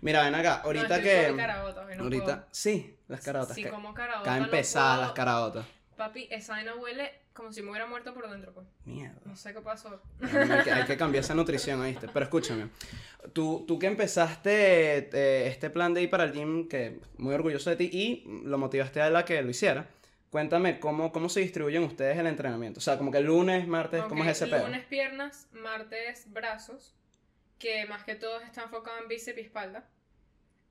Mira, ven acá, ahorita no, que. Carabotas, ahorita, sí, las caraotas. Si que como carabotas. caen no pesadas puedo. las caraotas. Papi, esa vaina huele como si me hubiera muerto por dentro, pues. Mierda. No sé qué pasó. Hay que, hay que cambiar esa nutrición, ¿oíste? Pero escúchame. Tú, tú que empezaste eh, este plan de ir para el gym, que muy orgulloso de ti, y lo motivaste a la que lo hiciera. Cuéntame cómo, cómo se distribuyen ustedes el entrenamiento. O sea, como que lunes, martes, ¿cómo es Ok, ese pedo? Lunes piernas, martes brazos, que más que todo está enfocado en bíceps y espalda.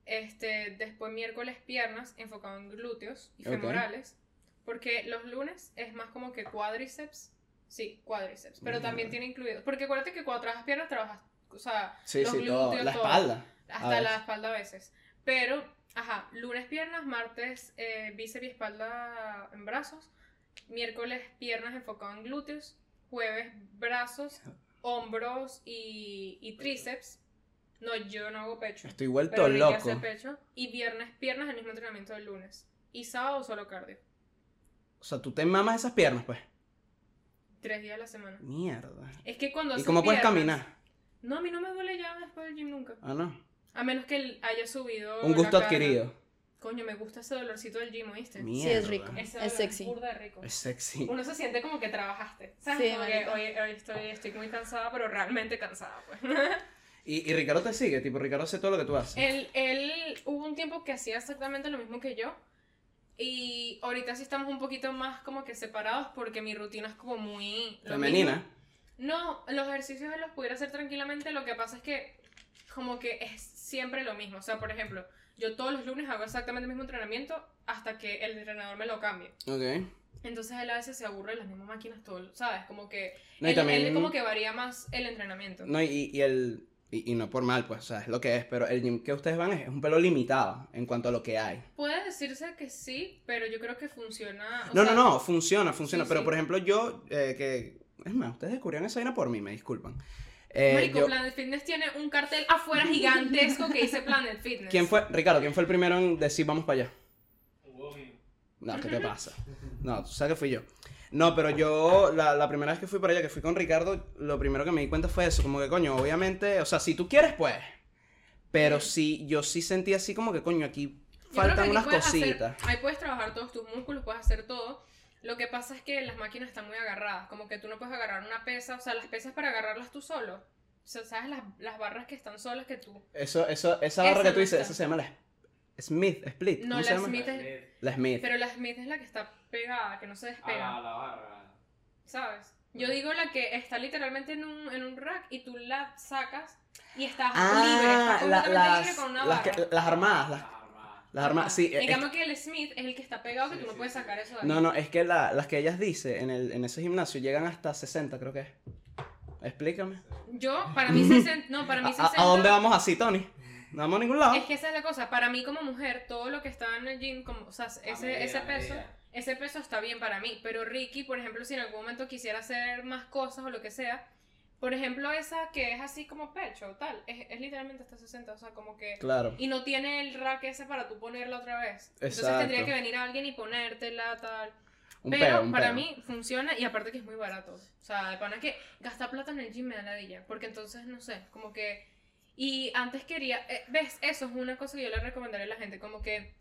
Este, después miércoles piernas, enfocado en glúteos y Ok. femorales. Porque los lunes es más como que cuádriceps. Sí, cuádriceps. Pero también tiene incluido. Porque acuérdate que cuando trabajas piernas, trabajas. O sea, Sí, los sí, glúteos, todo. La todo. espalda. A Hasta veces. la espalda a veces. Pero, ajá, lunes piernas, martes eh, bíceps y espalda en brazos, miércoles piernas enfocado en glúteos, jueves brazos, hombros y, y tríceps. No, yo no hago pecho. Estoy vuelto Pero Ricky loco. hace pecho. Y viernes piernas, el mismo entrenamiento del lunes. Y sábado solo cardio. O sea, tú te mamas esas piernas, pues. Tres días a la semana. Mierda. Es que cuando ¿Y haces cómo puedes piernas- caminar? No, a mí no me duele ya después del gym nunca. Ah, no. A menos que el- haya subido. Un la gusto carga. adquirido. Coño, me gusta ese dolorcito del gym, ¿oíste? Mierda. Sí, es rico. Ese Es olor sexy. burda de rico. Es sexy. Uno se siente como que trabajaste. ¿Sabes? Sí, Como que marica. hoy, hoy estoy, estoy muy cansada, pero realmente cansada, pues. Y, y Ricardo te sigue, tipo, Ricardo hace todo lo que tú haces. él, él hubo un tiempo que hacía exactamente lo mismo que yo. Y ahorita sí estamos un poquito más como que separados porque mi rutina es como muy... lo Femenina. mismo. No, los ejercicios él los pudiera hacer tranquilamente. Lo que pasa es que como que es siempre lo mismo. O sea, por ejemplo, yo todos los lunes hago exactamente el mismo entrenamiento hasta que el entrenador me lo cambie. Ok. Entonces él a veces se aburre de las mismas máquinas todo, ¿sabes? Como que No, y él, también- él como que varía más el entrenamiento. No, y, y el. Y, y no por mal, pues, o sea, es lo que es, pero el gym que ustedes van es, es un pelo limitado en cuanto a lo que hay. Puede decirse que sí, pero yo creo que funciona. o No, sea, no, no, funciona, funciona, sí, pero sí. por ejemplo, yo, eh, que. Es más, ustedes descubrieron esa vaina por mí, me disculpan. Eh, Marico, yo- Planet Fitness tiene un cartel afuera gigantesco que dice Planet Fitness. ¿Quién fue, Ricardo, quién fue el primero en decir vamos para allá? No, ¿qué te pasa? No, tú sabes que fui yo. No, pero yo, la, la primera vez que fui para allá, que fui con Ricardo, lo primero que me di cuenta fue eso, como que coño, obviamente, o sea, si tú quieres, pues. Pero sí, yo sí sentí así como que coño, aquí Yo creo que faltan aquí unas puedes hacer- cositas. ahí puedes trabajar todos tus músculos, puedes hacer todo. Lo que pasa es que las máquinas están muy agarradas, como que tú no puedes agarrar una pesa, o sea, las pesas para agarrarlas tú solo. O sea, ¿sabes? Las, las barras que están solas que tú. Eso, eso, esa Esa barra que no tú dices, está. eso se llama la Smith, Split. No, ¿cómo se la llama? Smith es- La Smith. Pero la Smith es la que está pegada, que no se A despega, Ah, la, a la barra. ¿sabes? Yo digo la que está literalmente en un, en un rack y tú la sacas y estás libre, ah, estás la- completamente libre las, con una las, barra. que- las armadas, las, La barra. las armadas, sí. En es- cambio que el Smith es el que está pegado que tú no puedes sacar eso de ahí. No, no, es que la- las que ellas dicen en, el, en ese gimnasio llegan hasta 60, creo que es. Explícame. Yo, para mí 60, no, para ¿A, mí a- a 60 dónde vamos así, Tony? No vamos a ningún lado. Es que esa es la cosa, para mí como mujer, todo lo que está en el gym, como, o sea, ese, medida, ese a peso, medida. ese peso está bien para mí, pero Ricky, por ejemplo, si en algún momento quisiera hacer más cosas o lo que sea, por ejemplo, esa que es así como pecho o tal, es, es literalmente hasta 60, o sea, como que... Claro. Y no tiene el rack ese para tú ponerla otra vez. Entonces Exacto. tendría que venir alguien y ponértela, tal. Un pero peo, un para peo. mí funciona y aparte que es muy barato. O sea, de pana que gastar plata en el gym me da ladilla. Porque entonces, no sé, como que. Y antes quería, eh, ves, eso es una cosa que yo le recomendaría a la gente, como que,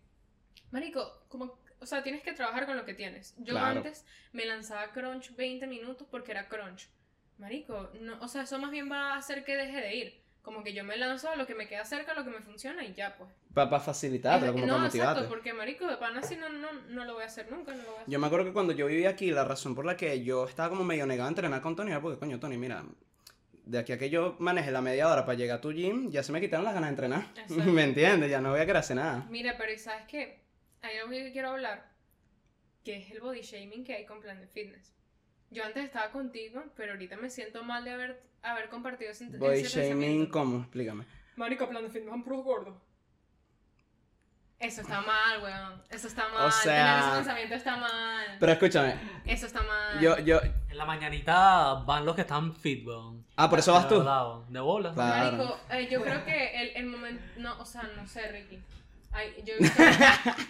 marico, como, o sea, tienes que trabajar con lo que tienes. Yo Claro. antes me lanzaba crunch 20 minutos porque era crunch. Marico, no, o sea, eso más bien va a hacer que deje de ir. Como que yo me lanzo a lo que me queda cerca, a lo que me funciona y ya, pues. Para facilitarte, Es- como no, para motivarte. exacto, porque marico, de pana si no, no, no lo voy a hacer nunca, no lo voy a hacer. Yo me acuerdo que cuando yo vivía aquí, la razón por la que yo estaba como medio negado a entrenar con Tony era porque, coño, Tony, mira, de aquí a que yo maneje la media hora para llegar a tu gym, ya se me quitaron las ganas de entrenar. Exacto. ¿Me entiendes? Ya no voy a querer hacer nada. Mira, pero ¿y ¿sabes qué? Hay algo que quiero hablar, que es el body shaming que hay con Planet Fitness. Yo antes estaba contigo, pero ahorita me siento mal de haber, haber compartido ese, ese Body shaming, pensamiento. ¿cómo? Explícame. Marico, Planet Fitness son puros gordos. Eso está mal, weón. Eso está mal. O sea- Tener ese pensamiento está mal. Pero escúchame, Eso está mal. yo, yo. En la mañanita van los que están fit, weón. Ah, por eso vas De tú. verdad, weón. De bola. Claro. Marico, eh, yo creo que el, el momento. No, o sea, no sé, Ricky. Ay, yo, he visto,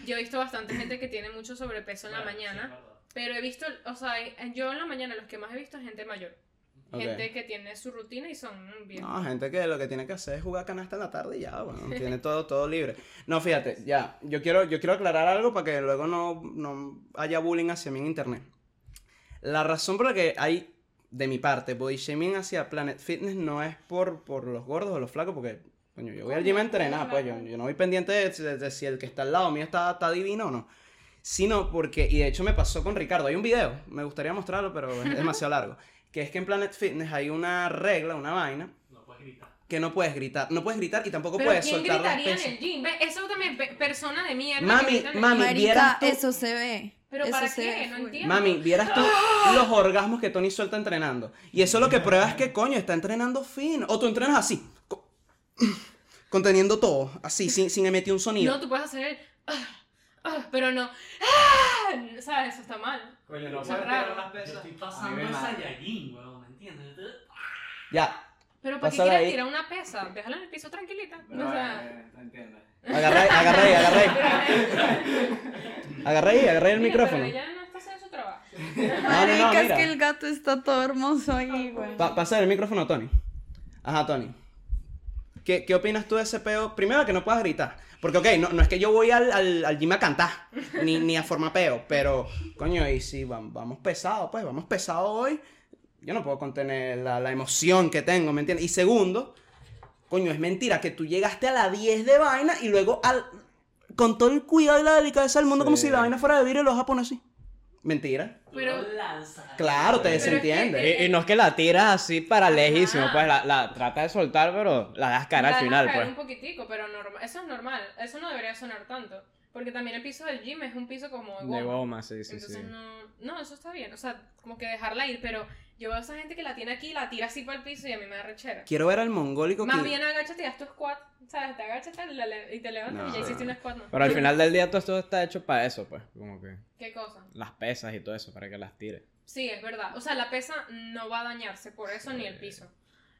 yo he visto bastante gente que tiene mucho sobrepeso en la mañana. Pero he visto, o sea, hay- yo en la mañana los que más he visto es gente mayor. Ok. Ah, Gente que tiene su rutina y son mm, bien. No, gente que lo que tiene que hacer es jugar canasta en la tarde y ya, bueno, tiene todo, todo libre. No, fíjate, ya, yo quiero, yo quiero aclarar algo para que luego no, no haya bullying hacia mí en internet. La razón por la que hay, de mi parte, body shaming hacia Planet Fitness no es por, por los gordos o los flacos, porque, coño, yo voy al gym a entrenar, pues yo, yo no voy pendiente de, de- de si el que está al lado mío está, está divino o no. Sino porque, y de hecho me pasó con Ricardo, hay un video, me gustaría mostrarlo, pero es demasiado largo. Que es que en Planet Fitness hay una regla, una vaina, No puedes gritar. que no puedes gritar, no puedes gritar y tampoco Pero puedes ¿quién soltar las gritaría en pesas. el gym? Ve, Eso también, pe- persona de mierda. Mami, que grita en el mami. gym. Marica, vieras tú- eso se ve. ¿Pero eso para se qué? ve No full. entiendo. Mami, vieras tú ¡Ah! los orgasmos que Tony suelta entrenando. Y eso lo que prueba es que coño está entrenando fino. O tú entrenas así, co- conteniendo todo, así, sin, sin emitir un sonido. No, tú puedes hacer el. ah, ah, pero no. ah, ¿Sabes? Eso está mal. Coño, no Eso es puedes raro. pegar las Yo pesas. estoy A pasando mí me esa mata. Saiyajin, weón. ¿Me entiendes? Ya, Pero ¿para qué Pásala quieres ahí. tirar una pesa? Déjala en el piso tranquilita. Pero, o sea, eh, te entiendo. agarré, agarré, agarré. Agarré, agarré el mira, micrófono. eh, Pero ella no está haciendo su trabajo. No, no, no, Marica, es mira. que el gato está todo hermoso ahí, güey. Pa- pasa el micrófono a Tony. Ajá, Tony. ¿Qué, ¿Qué opinas tú de ese peo? Primero, que no puedas gritar. Porque, ok, no, no es que yo voy al, al, al gym a cantar, ni, ni a formar peo, pero, coño, y si vam- vamos pesado, pues, vamos pesado hoy, yo no puedo contener la, la emoción que tengo, ¿me entiendes? Y segundo, coño, es mentira que tú llegaste a la 10 de vaina y luego al, con todo el cuidado y la delicadeza del mundo, como Sí. si la vaina fuera de vidrio y los japoneses así. Mentira. Pero. Claro, Pero es te que- desentiendes. Y, y no es que la tiras así para lejísimo, Ajá. pues la, la trata de soltar, pero la das cara La dejas al final, caer pues. un poquitico, pero norma- eso es normal. Eso no debería sonar tanto. Porque también el piso del gym es un piso como de goma. De goma, sí, sí, Entonces sí. no, no, eso está bien. O sea, como que dejarla ir, pero yo veo a esa gente que la tiene aquí, la tira así para el piso y a mí me da rechera. Quiero ver al mongólico Más que... bien agáchate y haz tu squat, ¿sabes? Te agachas te la le- y te levantas y No. ya hiciste un squat, ¿no? Pero al final del día todo esto está hecho para eso, pues. Como que ¿Qué cosa? las pesas y todo eso, para que las tires. Sí, es verdad. O sea, la pesa no va a dañarse por eso ni el piso.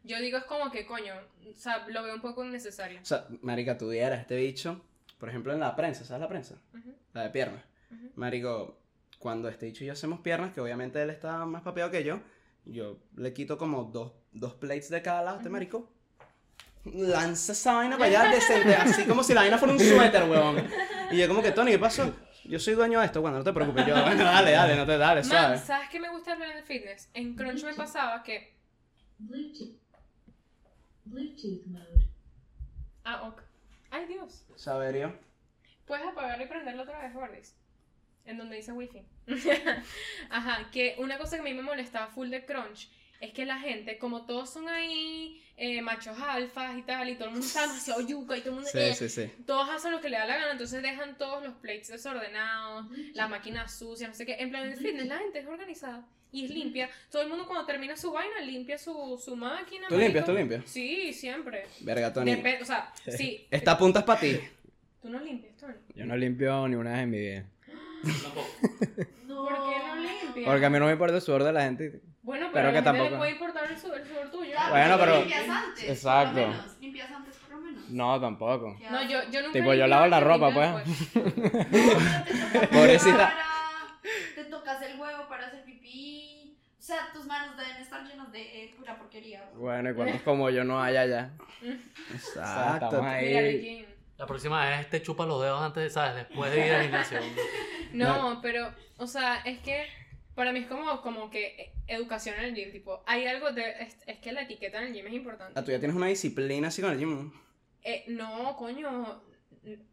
Yo digo, es como que, coño, o sea, lo veo un poco innecesario. O sea, marica, tú vieras este bicho, por ejemplo, en la prensa, ¿sabes la prensa? Ujú, La de piernas. ujú. Marico, cuando este bicho y yo hacemos piernas, que obviamente él está más papeado que yo, yo le quito como dos, dos plates de cada lado a este Ujú. marico. Lanza esa vaina para allá, decente, así como si la vaina fuera un suéter, huevón. Y yo como que, Tony, ¿qué pasó? Yo soy dueño de esto, bueno, no te preocupes, yo, bueno, dale, dale, no te dale, Man, suave. ¿sabes qué me gusta hablar de fitness? En Crunch me pasaba que. Ah, ok. Ay, Dios. Saberio. Puedes apagarlo y prenderlo otra vez, Gordis. En donde dice wifi. Ajá, que una cosa que a mí me molestaba full de Crunch es que la gente, como todos son ahí, eh, machos alfas y tal, y todo el mundo está demasiado yuca y todo el mundo. eh, Sí, sí, sí. todos hacen lo que le da la gana, entonces dejan todos los plates desordenados, la máquina sucia, no sé qué. En plan, en fitness la gente es organizada y es limpia. Todo el mundo cuando termina su vaina limpia su, su máquina. ¿Tú marico. limpias, tú limpias? Sí, siempre. Verga, Tony. Depe- o sea, sí. Esta apuntas para ti. Tú no limpias, Tony. Yo no limpio ni una vez en mi vida. No. ¿Por qué no limpias? Porque a mí no me importa el sudor de la gente. Bueno, pero, pero a la que gente le tampoco- puede importar el sudor, el sudor tuyo. Bueno, pero- Limpias antes. Exacto. Por lo menos. Limpias antes, por lo menos. No, tampoco. ¿Qué No, haces? yo, yo nunca. Tipo, yo limpio lavo la antes, ropa, limpio pues. después. No, pero te tocas la Pobrecita. cara, Te tocas el huevo para hacer pipí. O sea, tus manos deben estar llenas de eh, pura porquería. güey. Bueno, y cuántos como yo no hay allá. Exacto. estamos ahí. Mira, Ricky. La próxima vez te chupa los dedos antes, de- ¿sabes? Después de ir al gimnasio. No, pero, o sea, es que para mí es como, como que eh, educación en el gym, tipo, hay algo de, es, es que la etiqueta en el gym es importante. Ah, tú ya tienes una disciplina así con el gym. ¿no? Eh, no, coño,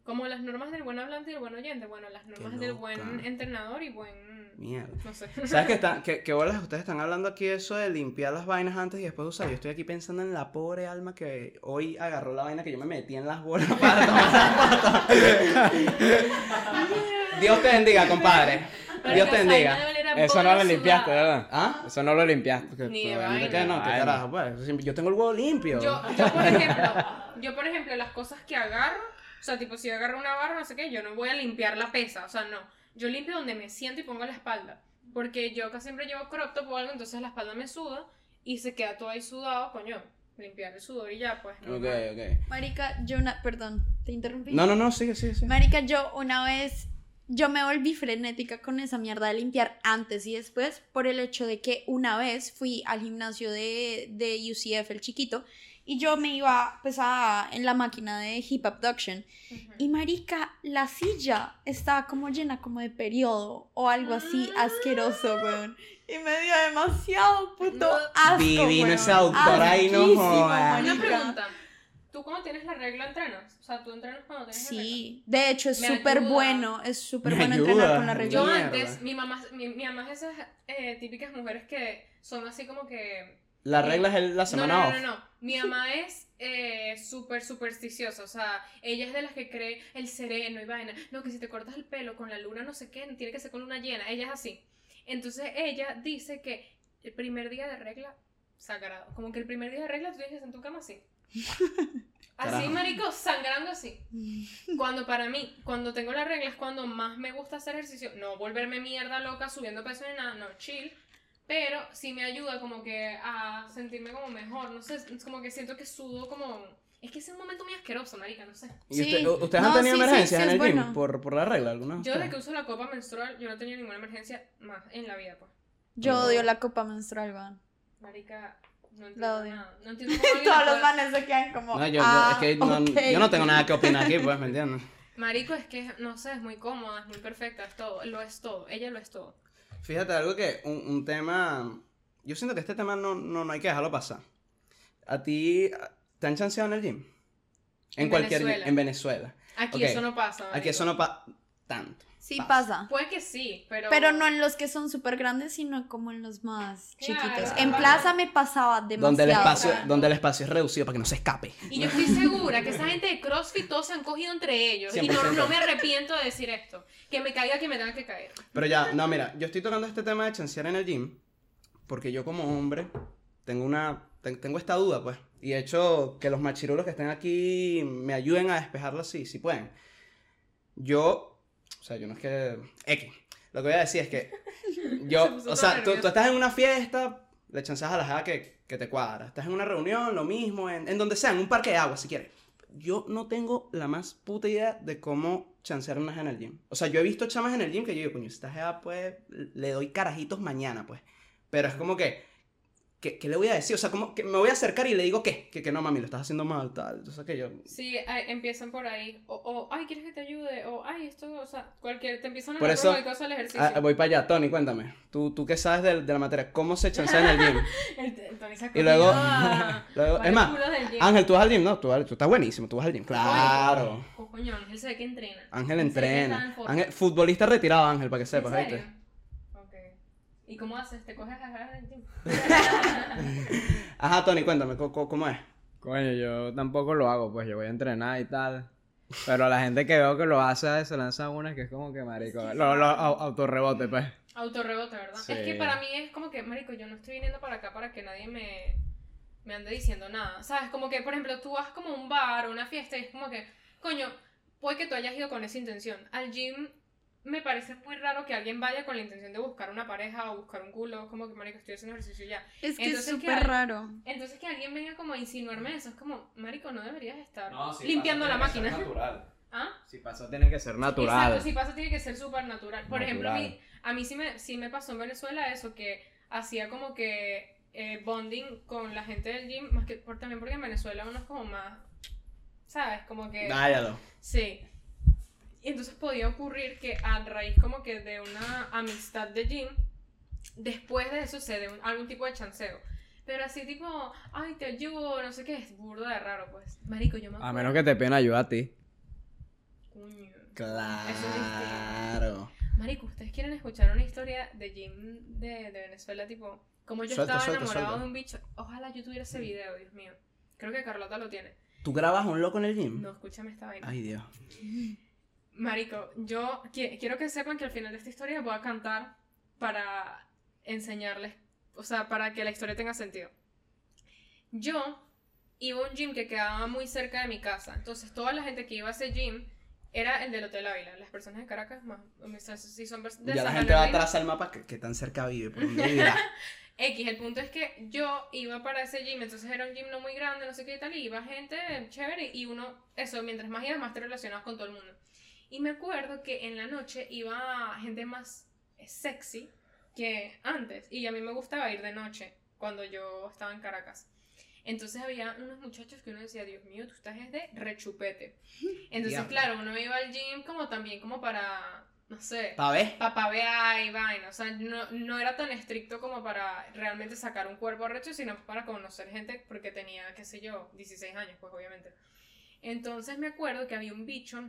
como las normas del buen hablante y del buen oyente, bueno, las normas del buen loca. entrenador y buen, Mierda. no sé. ¿Sabes qué, están, qué, qué bolas? Ustedes están hablando aquí de eso de limpiar las vainas antes y después de usar. Yo estoy aquí pensando en la pobre alma que hoy agarró la vaina que yo me metí en las bolas para tomar la foto. Dios te bendiga, compadre. Pero Dios te esa bendiga. vaina de oler a Eso no bola lo limpiaste, sudada. ¿verdad? ¿Ah? Eso no lo limpiaste. Que- Ni de obviamente vaina. que no, ¿qué Vaina. carajo? Pues, Yo siempre- yo tengo el huevo limpio. Yo, yo, por ejemplo, yo, por ejemplo, las cosas que agarro, o sea, tipo, si yo agarro una barra, no sé qué, yo no voy a limpiar la pesa, o sea, no. Yo limpio donde me siento y pongo la espalda. Porque yo casi siempre llevo crop top o algo, entonces la espalda me suda y se queda todo ahí sudado, coño. Limpiar el sudor y ya, pues. Ok, normal. ok. Marica, yo una. Perdón, te interrumpí. No, no, no, sigue, sigue, sigue. Marica, yo una vez, yo me volví frenética con esa mierda de limpiar antes y después por el hecho de que una vez fui al gimnasio de, de UCF, el chiquito, y yo me iba pues, a- en la máquina de hip abduction. Ujú. Y marica, la silla estaba como llena como de periodo o algo así Ah. asqueroso, weón. Y me dio demasiado puto No. asco, Divino weón. ese autor, ay, no Asquísimo, jodas. Una marica. pregunta. ¿Tú cómo tienes la regla entrenas? O sea, ¿tú entrenas cuando tienes la regla? Sí, de hecho es Me súper ayuda. bueno, es súper Me bueno ayuda. entrenar con la regla. Yo Mierda. antes, mi mamá, mi, mi mamá es esas eh, típicas mujeres que son así como que La regla es el- la No, semana no, off. no, no, no. Mi mamá es eh, súper supersticiosa. O sea, ella es de las que cree el sereno y vaina. No, que si te cortas el pelo con la luna, no sé qué, tiene que ser con luna llena. Ella es así. Entonces ella dice que el primer día de regla, sagrado. Como que el primer día de regla tú tienes que estar en tu cama así. Así, Carajo. marico, sangrando así. Cuando para mí, cuando tengo la regla es cuando más me gusta hacer ejercicio. No volverme mierda loca subiendo peso ni nada, no, chill. Pero sí me ayuda como que a sentirme como mejor. No sé, es como que siento que sudo como... Es que es un momento muy asqueroso, marica, no sé. ¿Y Sí. usted- u- ¿Ustedes han No, tenido sí, sí, emergencias sí, en es el gym bueno. por, por la regla alguna? Yo desde que uso la copa menstrual, yo no he tenido ninguna emergencia más en la vida, pues. Yo odio la copa menstrual, weón. Marica, no La entiendo odio. nada. No entiendo cómo alguien Todos le los puede- manes se quedan como. No, yo, yo- "Ah, es que no, ok". yo no tengo nada que opinar aquí, pues, ¿me entiendes? Marico, es que, no sé, es muy cómoda, es muy perfecta, es todo. Lo es todo, ella lo es todo. Fíjate, algo que, un, un tema, yo siento que este tema no, no, no hay que dejarlo pasar. ¿A ti ah, te han chanceado en el gym? En, En cualquier, Venezuela. en Venezuela. Aquí Ok, eso no pasa. Aquí eso no pasa tanto. Sí Pasa. pasa. Puede que sí, pero... Pero no en los que son súper grandes, sino como en los más Claro, chiquitos. claro. En plaza me pasaba demasiado. Donde el, espacio, Claro. donde el espacio es reducido para que no se escape. Y yo estoy segura que esa gente de CrossFit todos se han cogido entre ellos. Y no, 100%. no me arrepiento de decir esto. Que me caiga que me tenga que caer. Pero ya, no, mira, yo estoy tocando este tema de chancear en el gym porque yo como hombre tengo una, ten- tengo esta duda, pues. Y de hecho, que los machirulos que estén aquí me ayuden a despejarla así, si pueden. Yo, o sea, yo no es que... X. Lo que voy a decir es que Se yo, puso o sea, todo tú, tú nervioso. estás en una fiesta, le chanceas a la jada que, que te cuadra. Estás en una reunión, lo mismo, en, en donde sea, en un parque de agua, si quieres. Yo no tengo la más puta idea de cómo chancear unas en el gym. O sea, yo he visto chamas en el gym que yo digo, coño, esta jeva, pues, le doy carajitos mañana, pues. Pero es como que, ¿qué, qué le voy a decir? O sea, como que me voy a acercar y le digo, ¿qué? Que, que no, mami, lo estás haciendo mal, tal. O sea, que yo... Sí, ay, empiezan por ahí. O, o, ay, ¿quieres que te ayude? O, ay, esto, o sea, cualquier. Te empiezan a Por hablar eso- cualquier cosa del ejercicio. Ah, voy para allá, Tony, cuéntame. ¿Tú, tú qué sabes de, de la materia? ¿Cómo se chancea en el gym? El- el Tony se ha Y luego- cogido a luego- varios es más, culos del gym. Ángel, tú vas al gym, ¿no? Tú, tú estás buenísimo, tú vas al gym. Claro. Oh, coño, Ángel se ve que entrena. Ángel Él se ve que está en entrena. forma. Ángel, futbolista retirado, Ángel, para que ¿En sepas, ¿viste? serio? Ok. ¿Y cómo haces? ¿Te coges a jalar del gym? Ajá, Tony, cuéntame, ¿cómo, cómo- cómo es? Coño, yo tampoco lo hago, pues yo voy a entrenar y tal. Pero la gente que veo que lo hace se lanza una que es como que marico. Los autorrebote, pues. Autorrebote, ¿verdad? Sí. Es que para mí es como que, marico, yo no estoy viniendo para acá para que nadie me, me ande diciendo nada. ¿Sabes? Como que, por ejemplo, tú vas como a un bar o una fiesta y es como que, coño, puede que tú hayas ido con esa intención. Al gym me parece muy raro que alguien vaya con la intención de buscar una pareja o buscar un culo. Como que, marico, estoy haciendo ejercicio y ya. Es que Entonces, es ¿qué hay? súper raro. Entonces que alguien venga como a insinuarme eso es como, marico, no deberías estar limpiando la máquina. ¿Ah? Si pasó, tiene que ser natural. Exacto, si pasa tiene que ser súper natural. Por ejemplo, a mí, a mí sí, me, sí me pasó en Venezuela eso, que hacía como que eh, bonding con la gente del gym, más que por, también porque en Venezuela uno es como más, ¿sabes? Como que... Váyalo. Sí. Y entonces podía ocurrir que a raíz como que de una amistad de Jim, después de eso se dé un- algún tipo de chanceo. Pero así tipo, ay, te ayudo, no sé qué, es burda de raro, pues. Marico, yo me A menos que te pidan ayuda a ti. Coño. Claro. Marico, ¿ustedes quieren escuchar una historia de Jim de, de Venezuela? Tipo, como yo Suelta, estaba suelta, enamorado suelta. de un bicho. Ojalá yo tuviera ese video, Dios mío. Creo que Carlota lo tiene. ¿Tú grabas a un loco en el gym? No, escúchame esta vaina. Mm. Ay, Dios. Marico, yo qui- quiero que sepan que al final de esta historia voy a cantar para enseñarles, o sea, para que la historia tenga sentido. Yo iba a un gym que quedaba muy cerca de mi casa, entonces toda la gente que iba a ese gym era el del Hotel Ávila, las personas de Caracas más, o sea, si son pers- de Ya la San gente va Bernardino, atrás al mapa que, que tan cerca vive, por dónde vivirá. X, el punto es que yo iba para ese gym, entonces era un gym no muy grande, no sé qué tal, y iba gente chévere, y uno, eso, mientras más ibas, más te relacionabas con todo el mundo. Y me acuerdo que en la noche iba gente más sexy que antes, y a mí me gustaba ir de noche, cuando yo estaba en Caracas. Entonces había unos muchachos que uno decía, Dios mío, tú estás es de rechupete. Entonces, Diablo. claro, uno iba al gym como también como para, no sé, Pa' ver. papavea y vaina. O sea, no, no era tan estricto como para realmente sacar un cuerpo arrecho, sino para conocer gente porque tenía, qué sé yo, 16 años, pues obviamente. Entonces me acuerdo que había un bicho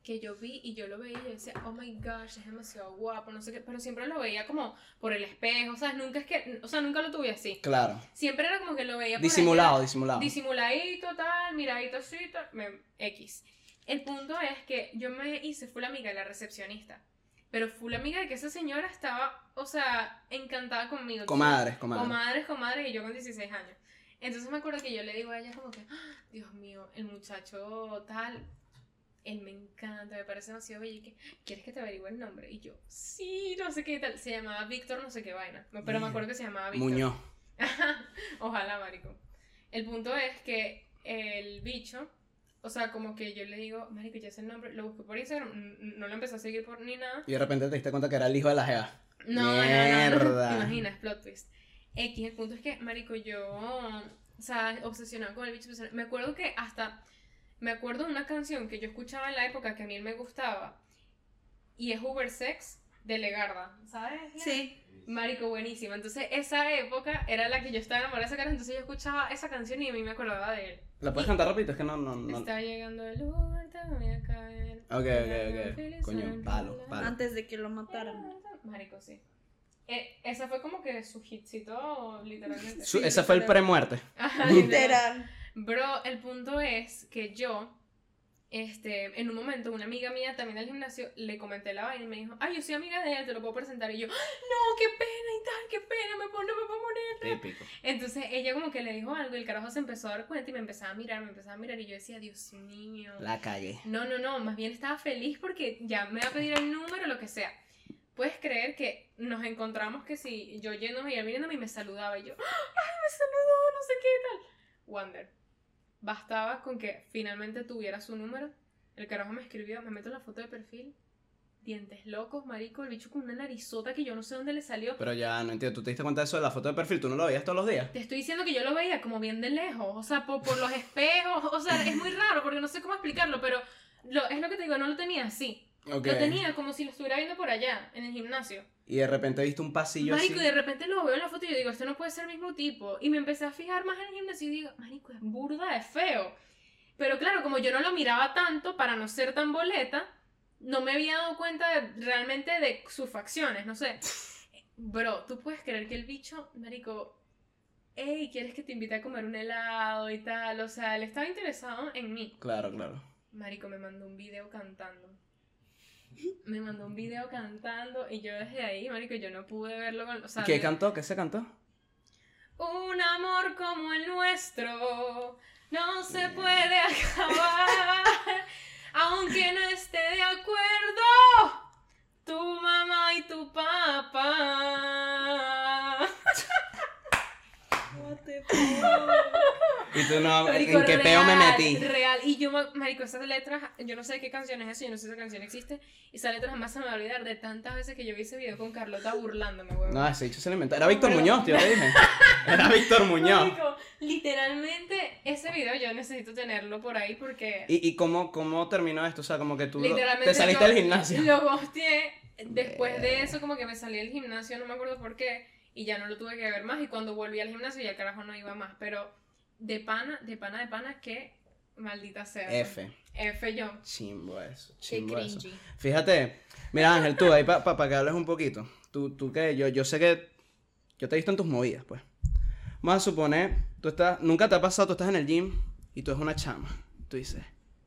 que yo vi y yo lo veía y yo decía, oh my gosh, es demasiado guapo, no sé qué, pero siempre lo veía como por el espejo, o sea, nunca es que, o sea, nunca lo tuve así. Claro. Siempre era como que lo veía por allá. Disimulado, disimulado. Disimuladito, tal, miradito así, tal, me- X. El punto es que yo me hice full amiga de la recepcionista. Pero full amiga de que esa señora estaba, o sea, encantada conmigo. Comadres, Comadres, comadres. comadres, y yo con 16 años. Entonces me acuerdo que yo le digo a ella como que, "Ah, Dios mío, el muchacho tal, él me encanta, me parece demasiado bello. Y que, ¿quieres que te averigüe el nombre? Y yo, sí, no sé qué tal. Se llamaba Víctor, no sé qué vaina. Pero me Mira. acuerdo que se llamaba Víctor. Muñoz. Ojalá, marico. El punto es que el bicho, o sea, como que yo le digo, marico, ya sé el nombre, lo busqué por Instagram, n- n- no lo empecé a seguir por ni nada. Y de repente te diste cuenta que era el hijo de la jeva. No, no, no, no, Mierda. te imaginas, plot twist. X, el punto es que, marico, yo, o sea, obsesionada con el bicho, obsesionada. me acuerdo que hasta, me acuerdo de una canción que yo escuchaba en la época que a mí me gustaba, y es Uber Sex de Legarda, ¿sabes? Sí. Marico, buenísima. Entonces, esa época era la que yo estaba enamorada de esa cara, entonces yo escuchaba esa canción y a mí me acordaba de él. ¿La puedes cantar rapidito? Es que no, no, no. Está llegando el lugar, te voy a caer. Ok, ok, Feliz ok. Coño, Navidad. palo, palo. Antes de que lo mataran. Marico, sí. Eh, esa fue como que su hitcito, literalmente. Su- ese fue el pre-muerte. Ajá, Literal. Bro, el punto es que yo, este, en un momento, una amiga mía también del gimnasio, le comenté la vaina y me dijo, ay, yo soy amiga de él, te lo puedo presentar. Y yo, "¡Ah, no, qué pena y tal, qué pena, me pon- no me puedo morir. Típico. Entonces ella como que le dijo algo y el carajo se empezó a dar cuenta y me empezaba a mirar, me empezaba a mirar y yo decía, Dios mío. La cagué. No, no, no, más bien estaba feliz porque ya me va a pedir el número, lo que sea. Puedes creer que nos encontramos que si yo yéndome y él viniéndome y me saludaba y yo, "¡Ah! ¡ay, me saludó! No sé qué tal. Wonder, bastaba con que finalmente tuviera su número. El carajo me escribió, me meto en la foto de perfil, dientes locos, marico, el bicho con una narizota que yo no sé dónde le salió. Pero ya, no entiendo. ¿Tú te diste cuenta de eso de la foto de perfil? ¿Tú no lo veías todos los días? Te estoy diciendo que yo lo veía como bien de lejos, o sea, por, por los espejos, o sea, es muy raro porque no sé cómo explicarlo, pero lo- es lo que te digo, no lo tenía así. Ok. Lo tenía como si lo estuviera viendo por allá, en el gimnasio. Y de repente viste un pasillo marico, y así. de repente lo veo en la foto y yo digo, este no puede ser el mismo tipo. Y me empecé a fijar más en el gimnasio y digo, marico, es burda, es feo. Pero claro, como yo no lo miraba tanto para no ser tan boleta, no me había dado cuenta de- realmente de sus facciones, no sé. Bro, tú puedes creer que el bicho, marico, hey, ¿quieres que te invite a comer un helado y tal? O sea, él estaba interesado en mí. Claro, claro. Marico, me mandó un video cantando. Me mandó un video cantando y yo desde ahí, marico, yo no pude verlo con... O sea, ¿Qué de- cantó? ¿Qué se cantó? Un amor como el nuestro no se puede acabar. Aunque no esté de acuerdo tu mamá y tu papá. Y tú no, ¿en Marico, qué peo me real, metí? Real. Y yo, ma- marico, esas letras, yo no sé de qué canción es eso, yo no sé si esa canción existe. Y esas letras jamás se me va a olvidar de tantas veces que yo vi ese video con Carlota burlándome, weón. No, ese dicho se lo inventó. Era Víctor Pero- Muñoz, tío, te dije. Era Víctor Muñoz. Marico, literalmente, ese video yo necesito tenerlo por ahí porque... ¿Y, y cómo, cómo terminó esto? O sea, como que tú lo- Literalmente te saliste yo- del gimnasio. Lo gosteé. Después de eso, como que me salí del gimnasio, no me acuerdo por qué, y ya no lo tuve que ver más. Y cuando volví al gimnasio, ya el carajo no iba más. Pero de pana, de pana, de pana, que maldita sea. F. F yo. Chimbo eso. Qué Chimbo eso. cringy. Fíjate, mira Ángel, tú ahí para que hables un poquito. Tú, tú que yo, yo sé que yo te he visto en tus movidas, pues. Vamos a suponer, tú estás, nunca te ha pasado, tú estás en el gym y tú eres una chama. Tú dices,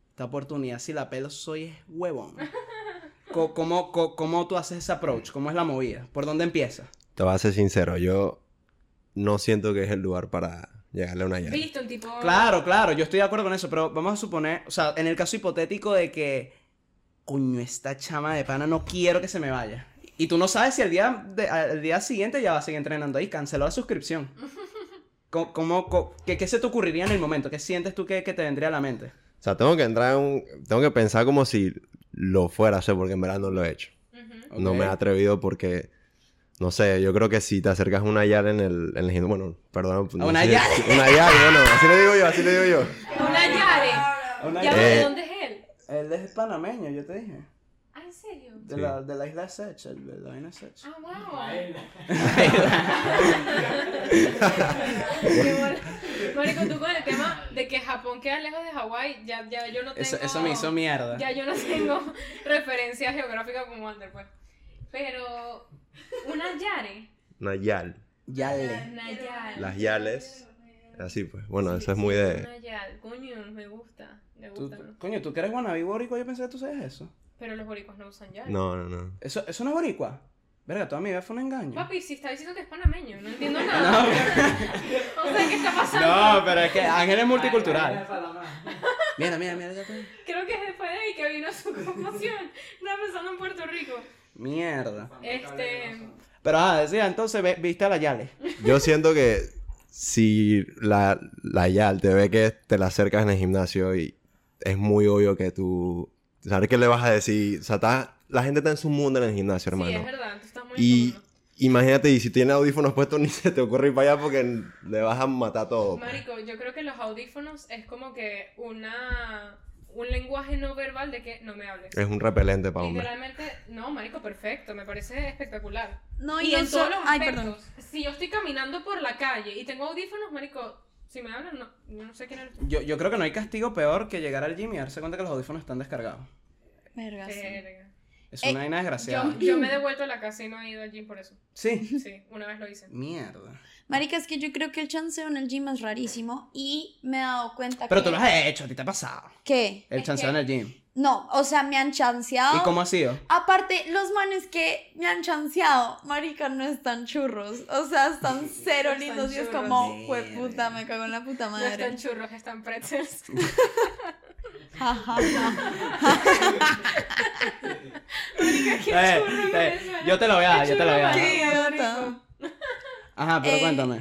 esta oportunidad, si la pelo, soy es huevón. Co- ¿Cómo, co- cómo tú haces ese approach? ¿Cómo es la movida? ¿Por dónde empiezas? Te voy a ser sincero, yo no siento que es el lugar para llegarle a una llave. Viste un tipo. Claro, claro, yo estoy de acuerdo con eso, pero vamos a suponer, o sea, en el caso hipotético de que, coño, esta chama de pana no quiero que se me vaya. Y tú no sabes si el día, de- al día siguiente ya va a seguir entrenando ahí, canceló la suscripción. Co- ¿Cómo, co- qué, qué se te ocurriría en el momento? ¿Qué sientes tú que, que te vendría a la mente? O sea, tengo que entrar en un... Tengo que pensar como si lo fuera a hacer porque en verdad no lo he hecho. Ujú. No me he Ok. atrevido porque... No sé, yo creo que si te acercas a una yal en el... En el gim- bueno, perdón. no una sé- yal? Una yal, bueno. Así le digo yo, así le digo yo. Una Yare. Una- Ya, ¿de Eh. dónde es él? Él es panameño, yo te dije. Ah, ¿en serio? De, Sí. la, de la isla de Sech, el- de la vaina de Sech. Ah, wow. Qué bueno. Marico, tú con el tema de que Japón queda lejos de Hawái, ya, ya yo no tengo. Eso, eso me hizo mierda. Ya yo no tengo referencia geográfica como Walter, pues. Pero una Yare. Una yal. Yale. Una Yal. Las yales. Así pues. Bueno, eso es muy de... Una Yal. Coño, me gusta. Me Tú- gusta. ¿no? coño, ¿tú que eres wannabe boricua? Yo pensé que tú sabes eso. Pero los boricuas no usan Yal. No, no, no. ¿Eso, eso no es boricua? Verga, toda mi vida fue un engaño. Papi, si está diciendo que es panameño, no entiendo nada. o sea, ¿qué está pasando? No, pero es que Ángel es multicultural. Mira, mira, mira, ya te- Creo que después de ahí que vino su conmoción. Estaba pensando en Puerto Rico. Mierda. Este. Pero ah, decía, entonces ve- viste a la Yale. Yo siento que si la, la Yal te ve que te la acercas en el gimnasio y es muy obvio que tú... ¿Sabes qué le vas a decir? O sea, está- la gente está en su mundo en el gimnasio, Sí, es hermano. verdad, tú estás muy y incómodo. imagínate, y si tienes audífonos puestos, ni se te ocurre ir para allá porque le vas a matar todo. pues. Marico, yo creo que los audífonos es como que una un lenguaje no verbal de que no me hables. Es un repelente para hombres. Literalmente, no, marico, perfecto, me parece espectacular. No, y y, no en solo- todos los Ay, perdón. aspectos, si yo estoy caminando por la calle y tengo audífonos, marico, si me hablan, no, yo no sé quién eres tú. Yo, yo creo que no hay castigo peor que llegar al gym y darse cuenta que los audífonos están descargados. Verga, sí. Verga. Es una vaina desgraciada. Yo, yo me he devuelto a la casa y no he ido al gym por eso. Sí. Sí, una vez lo hice. Mierda. Marica, es que yo creo que el chanceo en el gym es rarísimo y me he dado cuenta Pero que... tú lo has hecho, a ti te ha pasado. ¿Qué? El Es chanceo que- en el gym. No, o sea, me han chanceado. ¿Y cómo ha sido? Aparte, los manes que me han chanceado, marica, no están churros. O sea, están cero No están lindos y es churros. como, fue puta, me cago en la puta No madre. están churros, están pretzels. Ja, ja, ja. Qué Eh, churro en eh, Venezuela. yo te lo voy a dar, Qué yo te lo voy a dar. churro en Venezuela, Qué marico. Ajá, pero Eh, cuéntame.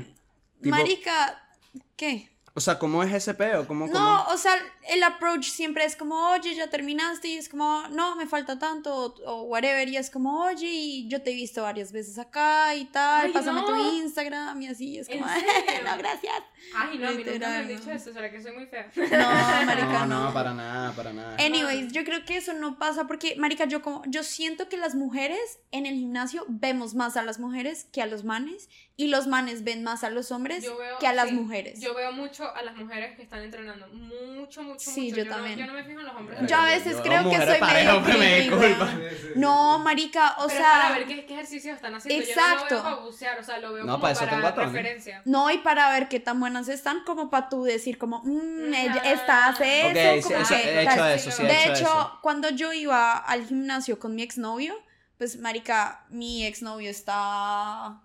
Tipo- Marica, ¿qué? O sea, ¿cómo es ese peo? ¿Cómo, No, cómo? o sea, el approach siempre es como, oye, ya terminaste, y es como, no, me falta tanto, o, o whatever, y es como, oye, y yo te he visto varias veces acá y tal, Ay, pásame tu no. Instagram, y así, es como, ¿En serio? no, gracias. Ay, no, a mí nunca me han Literal, dicho no. eso, será que soy muy fea. No, no, marica, no. Eh, no, para nada, para nada. Anyways, yo creo que eso no pasa porque, marica, yo como, yo siento que las mujeres en el gimnasio vemos más a las mujeres que a los manes, y los manes ven más a los hombres Yo veo- que a las sí, mujeres. Yo veo mucho a las mujeres que están entrenando. Mucho, mucho, Sí, mucho. yo no- también. yo no me fijo en los hombres. Yo a veces Yo, creo que mujeres soy parejas, medio hombre, me creepy, disculpa. weón. No, marica, o O sea, sea, para ver qué, qué ejercicios están haciendo. Yo no lo Exacto. veo para bucear, o sea, lo veo No, como para para, eso tengo a Tommy. referencia. No, y para ver qué tan buenas están, como para tú decir, como, mmm, ella, Ah. esta hace eso. Ok, sí, como eso, que he hecho tal". eso, sí, he de hecho hecho, eso. cuando yo iba al gimnasio con mi exnovio, pues, marica, mi exnovio está...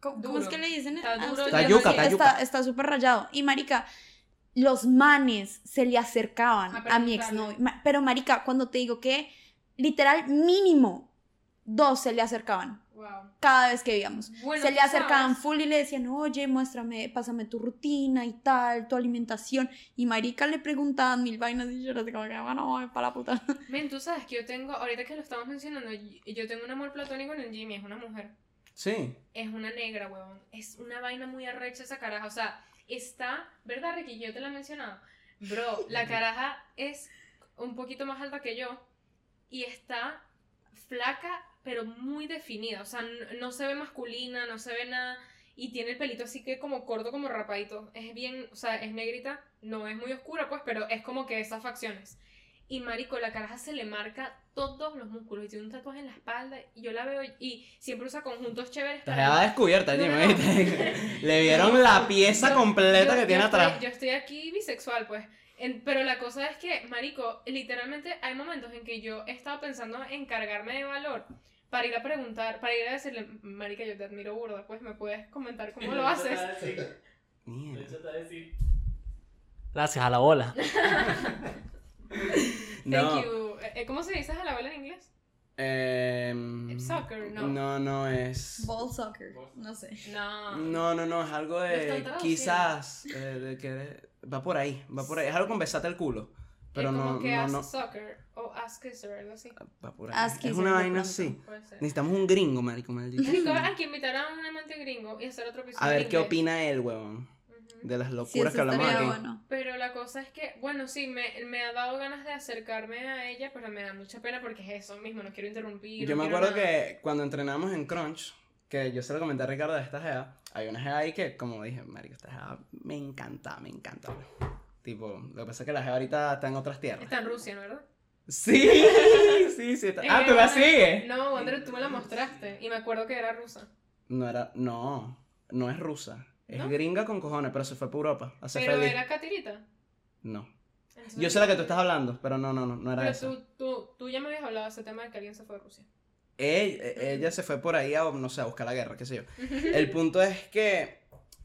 ¿Cómo, cómo es Duro. que le dicen? Está Ah, duro, Está yo yuca, no sé. está yuca. Está está súper rayado. Y, marica, los manes se le A acercaban a, preguntarle. mi exnovio. Ma- Pero, marica, cuando te digo que, literal, mínimo, dos se le acercaban. Wow. cada vez que íbamos. Bueno, se le tú acercaban sabes. full y le decían, oye, muéstrame, pásame tu rutina y tal, tu alimentación. Y marica le preguntaban mil vainas y yo era así como que, bueno, para la puta. Men, tú sabes que yo tengo, ahorita que lo estamos mencionando, y- yo tengo un amor platónico en el Jimmy, es una mujer. Sí. Es una negra, huevón. Es una vaina muy arrecha esa caraja. O sea, está, ¿verdad, Ricky? Yo te la he mencionado. Bro, la caraja es un poquito más alta que yo y está flaca, pero muy definida. O sea, n- no se ve masculina, no se ve nada. Y tiene el pelito así que como corto, como rapadito. Es bien, o sea, es negrita, no es muy oscura, pues, pero es como que esas facciones. Y marico, la caraja se le marca todos los músculos y tiene un tatuaje en la espalda. Y yo la veo y- y siempre usa conjuntos chéveres. La para- dejaba descubierta, No, Jimmy. no, no. ¿viste? Le vieron la pieza Yo- completa yo- que yo tiene estoy- atrás. Yo estoy aquí bisexual, pues. En- pero la cosa es que, marico, literalmente hay momentos en que yo he estado pensando en cargarme de valor para ir a preguntar, para ir a decirle, marica, yo te admiro burda, pues me puedes comentar cómo lo haces. Mierda. Gracias a la bola. Thank No. you. Eh, ¿Cómo se dice a la bola en inglés? Em, Soccer, no. No, no es. Ball soccer, no sé. No. No, no, no, es algo Lo de están traduciendo. quizás eh, de que va por ahí, va por ahí, es algo con besate el culo, pero es como no que no ask no soccer o ask kisser, algo así. va por ahí. Haz es kisser una de vaina pronto. así. Puede ser. Necesitamos un gringo, marico, maldito. Marico, hay que invitar a un amante gringo y hacer otro episodio. A ver en qué ah, inglés. opina él, huevón, Ujú. de las Sí, locuras eso que hablamos estaría aquí. bueno. Pero la cosa es que, bueno, sí, me, me ha dado ganas de acercarme a ella, pero me da mucha pena porque es eso mismo, no quiero interrumpir. Yo no me quiero acuerdo nada. que cuando entrenamos en Crunch, que yo se lo comenté a Ricardo de esta jeva, hay una jeva ahí que, como dije, marico, esta jeva me encanta, me encanta. Tipo, lo que pasa es que la jeva ahorita está en otras tierras. Está en Rusia, ¿no? ¿verdad? Sí, sí, sí. está- Ah, Eh, ¿tú la bueno, sigues? No, Wander, tú me la mostraste y me acuerdo que era rusa. No era, no, no es rusa. Es ¿No? gringa con cojones, pero se fue para Europa. a ser pero feliz. era catirita. No. Entonces- Yo sé la que tú estás hablando, pero no, no, no, no era Pero eso. tú, tú, tú ya me habías hablado de ese tema de que alguien se fue a Rusia. Ella, ella se fue por ahí a, no sé, a buscar la guerra, qué sé yo. El punto es que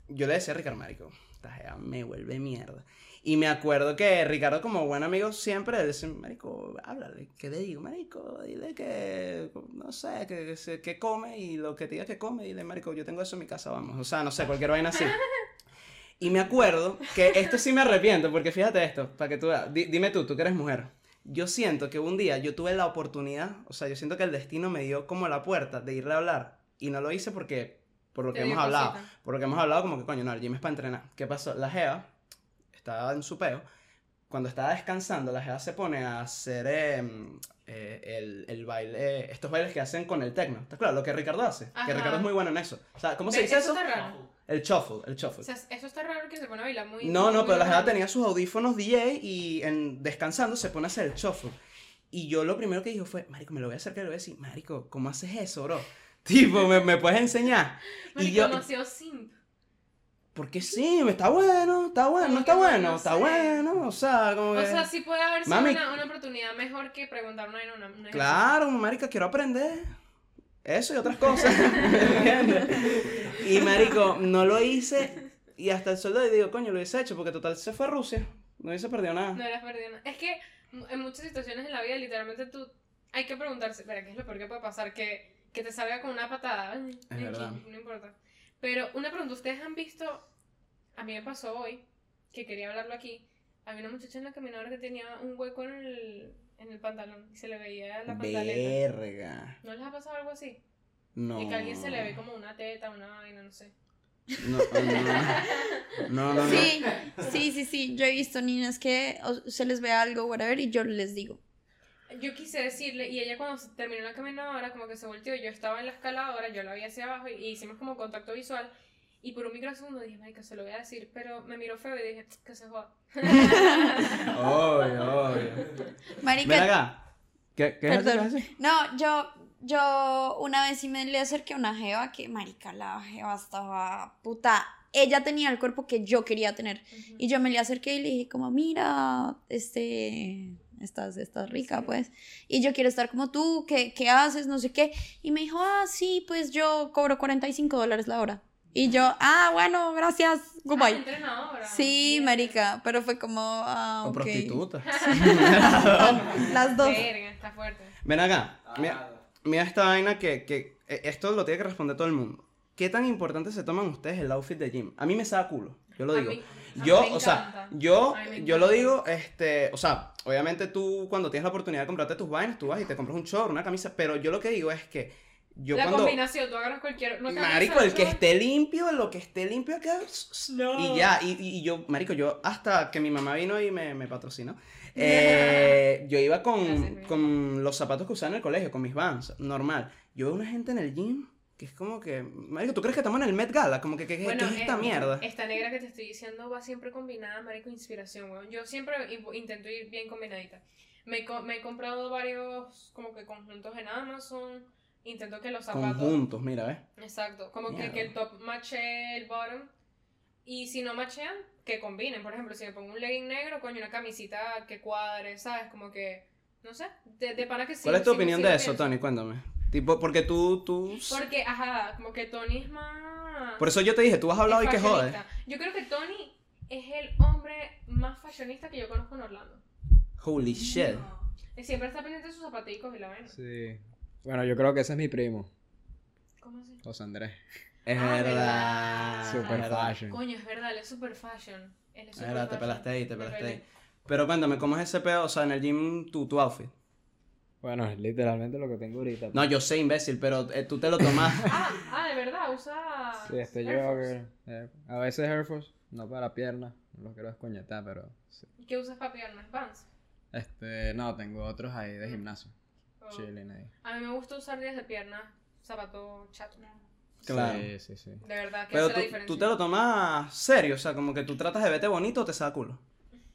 yo le decía a Ricardo, marico, esta jeva me vuelve mierda. Y me acuerdo que Ricardo, como buen amigo, siempre le decía, marico, háblale, ¿qué le digo? Marico, dile que, no sé, que, que se- que come y lo que te diga que come, dile, marico, yo tengo eso en mi casa, vamos. O sea, no sé, cualquier vaina así. Y me acuerdo que esto sí me arrepiento, porque fíjate esto, para que tú veas, Di- dime tú, tú que eres mujer. Yo siento que un día yo tuve la oportunidad, o sea, yo siento que el destino me dio como la puerta de irle a hablar y no lo hice porque, por lo Te que hemos dio hablado, cosita. por lo que hemos hablado, como que coño, no, el gym es para entrenar. ¿Qué pasó? La Gea estaba en su peo. Cuando estaba descansando, la Gea se pone a hacer em, eh, el, el baile, eh, estos bailes que hacen con el tecno. ¿Está claro? Lo que Ricardo hace. Ajá. Que Ricardo es muy bueno en eso. O sea, ¿cómo se Ve, dice eso? Eso está raro. El shuffle, el shuffle. O sea, eso está raro que se pone a bailar muy. No, no, muy pero la raro. jeva tenía sus audífonos DJ y en, descansando se pone a hacer el shuffle. Y yo lo primero que dijo fue, marico, me lo voy a acercar y le voy a decir, marico, ¿cómo haces eso, bro? Tipo, ¿me, me puedes enseñar? Marico, y yo, demasiado simp. porque sí, está bueno, está bueno, Como no está que, bueno, no está sé. bueno, o sea, como O que... sea, sí puede haber sido Pues, Mami. una, una oportunidad mejor que preguntar una, una, una Claro, marica, quiero aprender eso y otras cosas. ¿me entiendes? y marico, no lo hice y hasta el sol de hoy digo, coño, lo hubiese hecho porque total se fue a Rusia, no hubiese perdido nada. No eras perdiendo. Es que mu- en muchas situaciones en la vida, literalmente tú hay que preguntarse, espera, ¿qué es lo peor que puede pasar? Que, que te salga con una patada. Ay, Es verdad. No importa. Pero una pregunta, ¿ustedes han visto? A mí me pasó hoy, que quería hablarlo aquí. Había una muchacha en la caminadora que tenía un hueco en el, en el pantalón y se le veía la pantaleta. Verga. ¿No les ha pasado algo así? No. Y que a alguien se le ve como una teta, una vaina, no sé. No, no, no. no, no. Sí, sí, sí, sí. Yo he visto niñas que o, se les ve algo, whatever, y yo les digo. Yo quise decirle, y ella cuando se terminó la caminadora, como que se volteó, yo estaba en la escaladora, yo la vi hacia abajo y, y hicimos como contacto visual. Y por un microsegundo dije, marica, se lo voy a decir, pero me miró feo y dije, que se joda. Obvio, obvio. Ven Marica, acá. ¿Qué, qué es eso que perdón. haces? No, yo, yo una vez sí me le acerqué a una jeva que, marica, la jeva estaba puta. Ella tenía el cuerpo que yo quería tener. Y yo me le acerqué y le dije como, mira, este, estás, estás rica, pues. Y yo quiero estar como tú, ¿qué, qué haces? No sé qué. Y me dijo, ah, sí, pues yo cobro 45 dólares la hora. Y yo, ah, bueno, gracias, Ah, goodbye. entrenadora. Oh Sí, Mierda. marica, pero fue como, ah, O ok. Ah, prostituta. Las dos. Verga, está fuerte. Ven acá. Mira, mira esta vaina que, que eh, esto lo tiene que responder todo el mundo. ¿Qué tan importante se toman ustedes el outfit de gym? A mí me saca culo, yo lo A digo. mí- a mí yo, me o sea, encanta. yo, A mí me yo lo encanta. digo, este, o sea, obviamente tú cuando tienes la oportunidad de comprarte tus vainas, tú vas y te compras un short, una camisa, pero yo lo que digo es que yo la cuando... combinación, tú agarras cualquier. una camisa, Marico, el ¿no? que esté limpio, lo que esté limpio acá. s- s- Y ya, y, y- y yo, Marico, yo hasta que mi mamá vino y me, me patrocinó, eh, yo iba Gracias, con, mi con los zapatos que usaba en el colegio, con mis vans, normal. Yo veo una gente en el gym que es como que, Marico, ¿tú crees que estamos en el Met Gala? Como que, que, que- ¿qué es eh, esta mierda? Esta negra que te estoy diciendo va siempre combinada, marico, inspiración, weón. Yo siempre i- intento ir bien combinadita. Me, co- me he comprado varios como que conjuntos en Amazon. Intento que los zapatos. Conjuntos, mira, ¿ves? Exacto. Como que, Mierda. que el top mache el bottom. Y si no machean, que combinen. Por ejemplo, si me pongo un legging negro, coño, una camisita que cuadre, ¿sabes? Como que. No sé. De, de pana que sí. ¿Cuál es tu sí- sí opinión lo de eso, pienso. Tony? Cuéntame. Tipo, porque tú, tú... Porque, ajá, como que Tony es más. Por eso yo te dije, tú has hablado y es que jodes. fashionista. Yo creo que Tony es el hombre más fashionista que yo conozco en Orlando. Holy shit. Él siempre está pendiente de sus zapaticos y la vaina. Sí. Bueno, yo creo que ese es mi primo, ¿Cómo así? José Andrés. Es Ah, verdad. verdad. Super es verdad. fashion. Coño, es verdad, él es super fashion. Él es Es super verdad, te fashion. pelaste ahí, te Me pelaste pelé. ahí. Pero cuéntame, ¿cómo es ese pedo? O sea, en el gym, tu, tu outfit. Bueno, es literalmente lo que tengo ahorita. pues. No, yo sé, imbécil, pero eh, tú te lo tomas. Ah, ah, de verdad, usa. Sí, este Air Force. jogger. eh, a veces Air Force, no para piernas, no los quiero descoñetar, pero sí. ¿Qué usas para piernas? Vans. Este, no, tengo otros ahí de gimnasio. Oh. Chilling ahí. A mí me gusta usar días de piernas, zapato chato. Claro. Sí, sí, sí. De verdad, que pero hace tú, la diferencia. tú te lo tomas serio, o sea, como que tú tratas de verte bonito o te saca culo.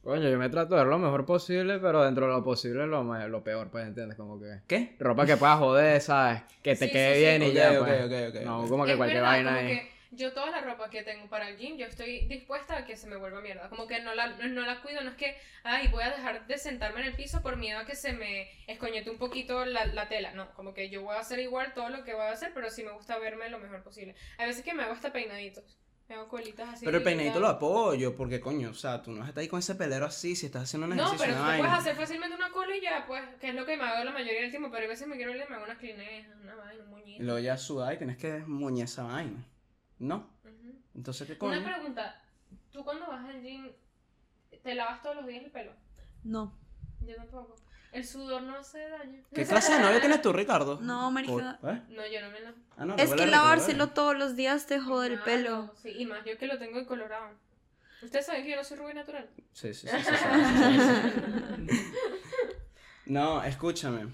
Coño, yo me trato de ver lo mejor posible, pero dentro de lo posible lo, ma- lo peor, pues, ¿entiendes? Como que ¿Qué? ropa que pueda joder, ¿sabes? Que te Sí, quede sí, sí. bien y Ok, ya, ok, pues. ok, ok, No, ok. como que Es cualquier verdad, vaina como ahí. que yo toda la ropa que tengo para el gym, yo estoy dispuesta a que se me vuelva mierda. Como que no la, no, no la cuido, no es que, ay, voy a dejar de sentarme en el piso por miedo a que se me escoñete un poquito la, la tela. No, como que yo voy a hacer igual todo lo que voy a hacer, pero sí me gusta verme lo mejor posible. A veces que me hago hasta peinaditos. Me hago colitas así. pero el peinadito lo delicadas. apoyo, porque coño, o sea, tú no estás ahí con ese pelero así, si estás haciendo un No, ejercicio. pero tú una te puedes vaina. hacer fácilmente una cola y ya, pues, que es lo que me hago la mayoría del tiempo, pero a veces me quiero ir y me hago unas clinejas, una vaina, un Y moñito. luego ya sudar y tienes que desmuñar esa vaina. ¿No? Ujú. Entonces, ¿qué Una coño? pregunta, ¿tú cuando vas al gym te lavas todos los días el pelo? No, Yo tampoco. El sudor no hace daño. ¿Qué clase de novio tienes tú, Ricardo? no, marica. Por- ¿eh? No, yo no me lavo. Ah, no, Es revuelve que rico, lavárselo revuelve. todos los días te jode el Claro, pelo. Sí, y más yo que lo tengo en colorado. Ustedes saben que yo no soy rubia natural. Sí, sí, sí. sí, sí, sí, sí, sí. No, escúchame.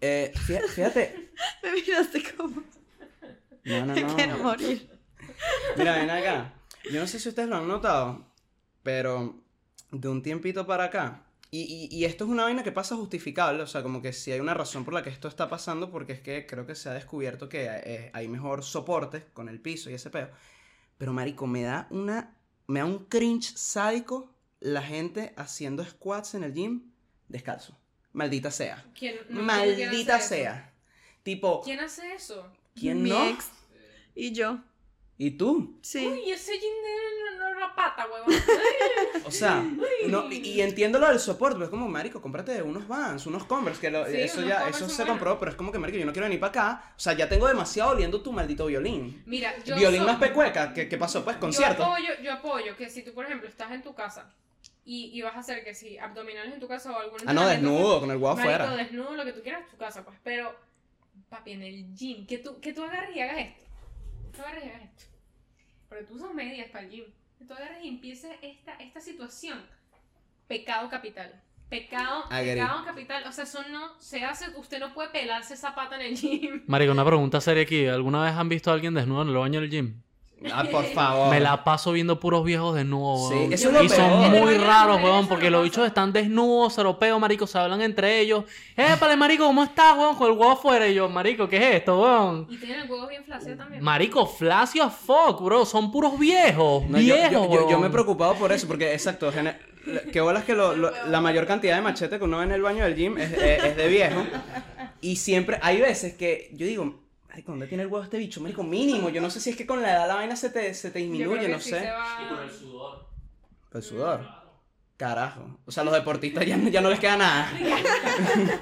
Eh, fí- fíjate. Me miraste como No, no, me quiero no. morir. Mira, ven acá. Yo no sé si ustedes lo han notado, pero de un tiempito para acá. Y, y- y esto es una vaina que pasa justificable, o sea, como que si hay una razón por la que esto está pasando, porque es que creo que se ha descubierto que eh, hay mejor soporte con el piso y ese pedo. Pero marico, me da una. Me da un cringe sádico la gente haciendo squats en el gym descalzo. Maldita sea. ¿Quién, no sé quién hace Maldita eso. sea. Tipo, ¿Quién hace eso? ¿quién Mi no? ex y yo. ¿Y tú? Sí. Uy, ese gym de- no no era pata, huevón. O sea, no, y, y entiendo lo del soporte, pero es como, marico, cómprate unos Vans, unos Converse, que lo- Sí, eso unos ya, Converse eso son se buenos. compró, pero es como que, marico, yo no quiero venir para acá, o sea, ya tengo demasiado oliendo tu maldito violín. Mira, yo violín so- más pecueca, ¿qué, qué pasó? Pues, concierto. Yo apoyo, yo apoyo que si tú, por ejemplo, estás en tu casa y, y vas a hacer que si abdominales en tu casa o algún Ah, no, entrenamiento- desnudo, con el huevo Marico, afuera. desnudo, lo que tú quieras, tu casa, pues. Pero, papi, en el gym, que tú, que tú agarres y hagas esto. Tú agarres y hagas esto. Pero tú usas medias para el gym. Que tú agarres y empieces esta, esta situación. Pecado capital. Pecado, Agree. pecado capital. O sea, eso no se hace. Usted no puede pelarse esa pata en el gym. Marico, una pregunta seria aquí. ¿Alguna vez han visto a alguien desnudo en el baño del gym? Ah, por favor. Me la paso viendo puros viejos desnudos, Sí, weón. eso es lo y son peor. muy Pero las raros, mujeres weón, se porque lo los bichos pasan. están desnudos, europeos, marico, se hablan entre ellos. Épale, marico, ¿cómo estás, weón? Con el huevo afuera. Y yo, marico, ¿qué es esto, weón? Y tienen el huevo bien Uh, flácido también. Marico, flacio as fuck, bro. Son puros viejos. No, yo, viejos, yo- yo- yo me he weón. preocupado por eso, porque exacto, gene- que bolas que lo- lo- la mayor cantidad de machete que uno ve en el baño del gym es, es- es de viejo. Y siempre, hay veces que yo digo, marico, ¿dónde tiene el huevo este bicho? Marico, mínimo, yo no sé si es que con la edad la vaina se te, se te Yo creo disminuye, que no sí sé. se va- El sudor. Carajo. O sea, los deportistas ya, no- ya no les queda nada. Ricardo,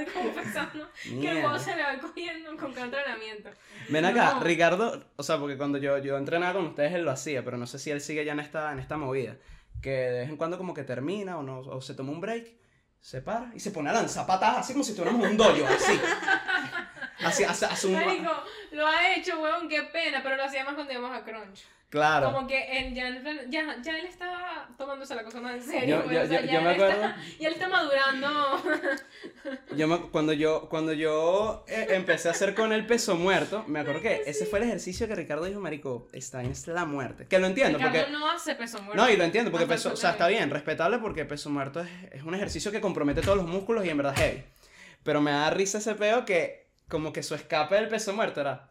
Ricardo confesando que el Mierda. huevo se le va cogiendo con cada entrenamiento. Ven acá, No. Ricardo, o sea, porque cuando yo, yo entrenaba con ustedes él lo hacía, pero no sé si él sigue ya en esta, en esta movida. Que de vez en cuando como que termina o, no, o se toma un break, se para y se pone a lanzar patadas así como si tuviéramos un dojo, así. Así, hace, hace un... Marico, lo ha hecho, huevón, qué pena, pero lo hacía más cuando íbamos a Crunch. Claro. Como que él ya, ya, ya él estaba tomándose la cosa más en serio. Yo, pues, yo- o sea, yo- ya yo él me acuerdo... está- ya él está madurando. Yo me- cuando yo, cuando yo eh, empecé a hacer con el peso muerto, me acuerdo que ese fue el ejercicio que Ricardo dijo, marico, está en la muerte. Que lo entiendo, Ricardo porque... no hace peso muerto. No, y lo entiendo, porque Hasta peso, el o sea, sol está de hoy. bien, respetable, porque peso muerto es, es un ejercicio que compromete todos los músculos y en verdad es heavy. Pero me da risa ese peo que como que su escape del peso muerto era,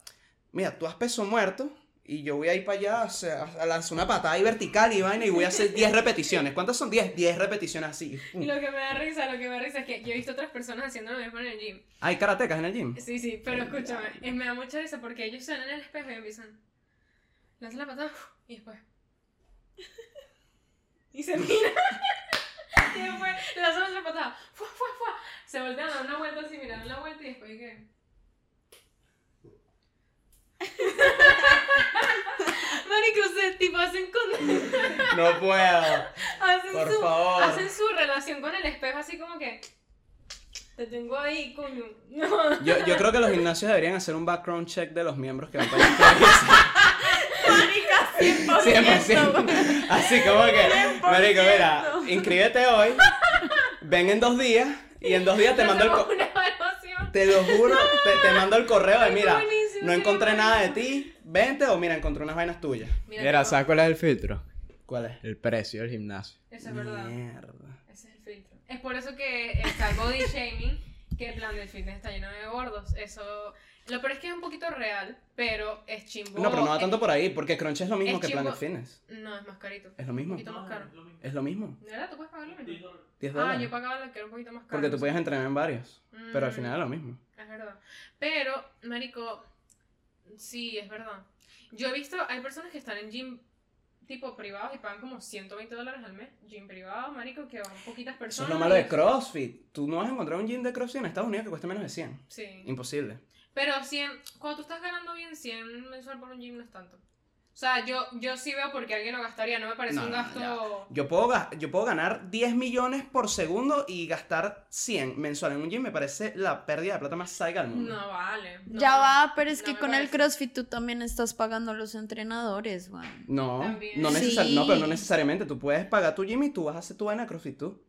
mira, tú haz peso muerto y yo voy a ir para allá, o sea, a- a lanzar una patada ahí vertical y vaina y voy a hacer 10 repeticiones. ¿Cuántas son 10? 10 repeticiones así. Y lo que me da risa, lo que me da risa es que yo he visto otras personas haciendo lo mismo en el gym. Hay karatecas en el gym. Sí, sí, pero escúchame, eh, me da mucha risa porque ellos se ven en el espejo y empiezan. Lanza la patada y después. Y se mira. y después lanza otra patada. Fua, fua, fua. Se voltean, dan una vuelta así, miran la vuelta y después ¿y qué. Marico, ustedes tipo hacen con. No puedo. hacen Por su, favor. Hacen su relación con el espejo así como que. Te tengo ahí, coño. No. Yo, yo creo que los gimnasios deberían hacer un background check de los miembros que van para allá. Marica, 100%. 100%. pues, Así como que, marico, mira, inscríbete hoy, ven en dos días y en dos días te mando el Hacemos co- una evaluación. te lo juro, te, te mando el correo de Ay, qué mira, buenísimo, no qué encontré buenísimo". nada de ti, vente o mira, encontré unas vainas tuyas. Mira, Mira, tengo- ¿sabes cuál es el filtro? ¿Cuál es? El precio del gimnasio. Eso es verdad. Mierda. Ese es el filtro. Es por eso que está el body shaming, que el plan del fitness está lleno de gordos. Eso. Lo peor es que es un poquito real, pero es chimbo. No, pero no va tanto Es- por ahí, porque Crunch es lo mismo eh, es que Planet chimbo. Fitness. No, es más carito. Es lo Un mismo. poquito más caro. Es lo mismo. ¿De verdad tú puedes pagar lo mismo? 10 Ah, dólares. yo pagaba lo que era un poquito más caro. Porque tú no sé. puedes entrenar en varios. Pero al Mm. final es lo mismo. Es verdad. Pero, marico, sí, es verdad. Yo he visto, hay personas que están en gym tipo privados y pagan como 120 dólares al mes. Gym privado, marico, que van poquitas Eso personas. es lo malo de y- CrossFit. Tú no vas a encontrar un gym de CrossFit en Estados Unidos que cueste menos de 100. Sí. Imposible. Pero 100, cuando tú estás ganando bien 100 mensual por un gym no es tanto. O sea, yo, yo sí veo porque alguien lo gastaría, no me parece No, un no, gasto... Yo puedo, ga- yo puedo ganar 10 millones por segundo y gastar 100 mensual en un gym. Me parece la pérdida de plata más sádica del mundo. No vale. no, ya no, va, pero es no que me con el parece. CrossFit tú también estás pagando a los entrenadores, weón. No, También. no, necesar- Sí. no, pero no necesariamente. Tú puedes pagar tu gym y tú vas a hacer tu vaina de CrossFit tú.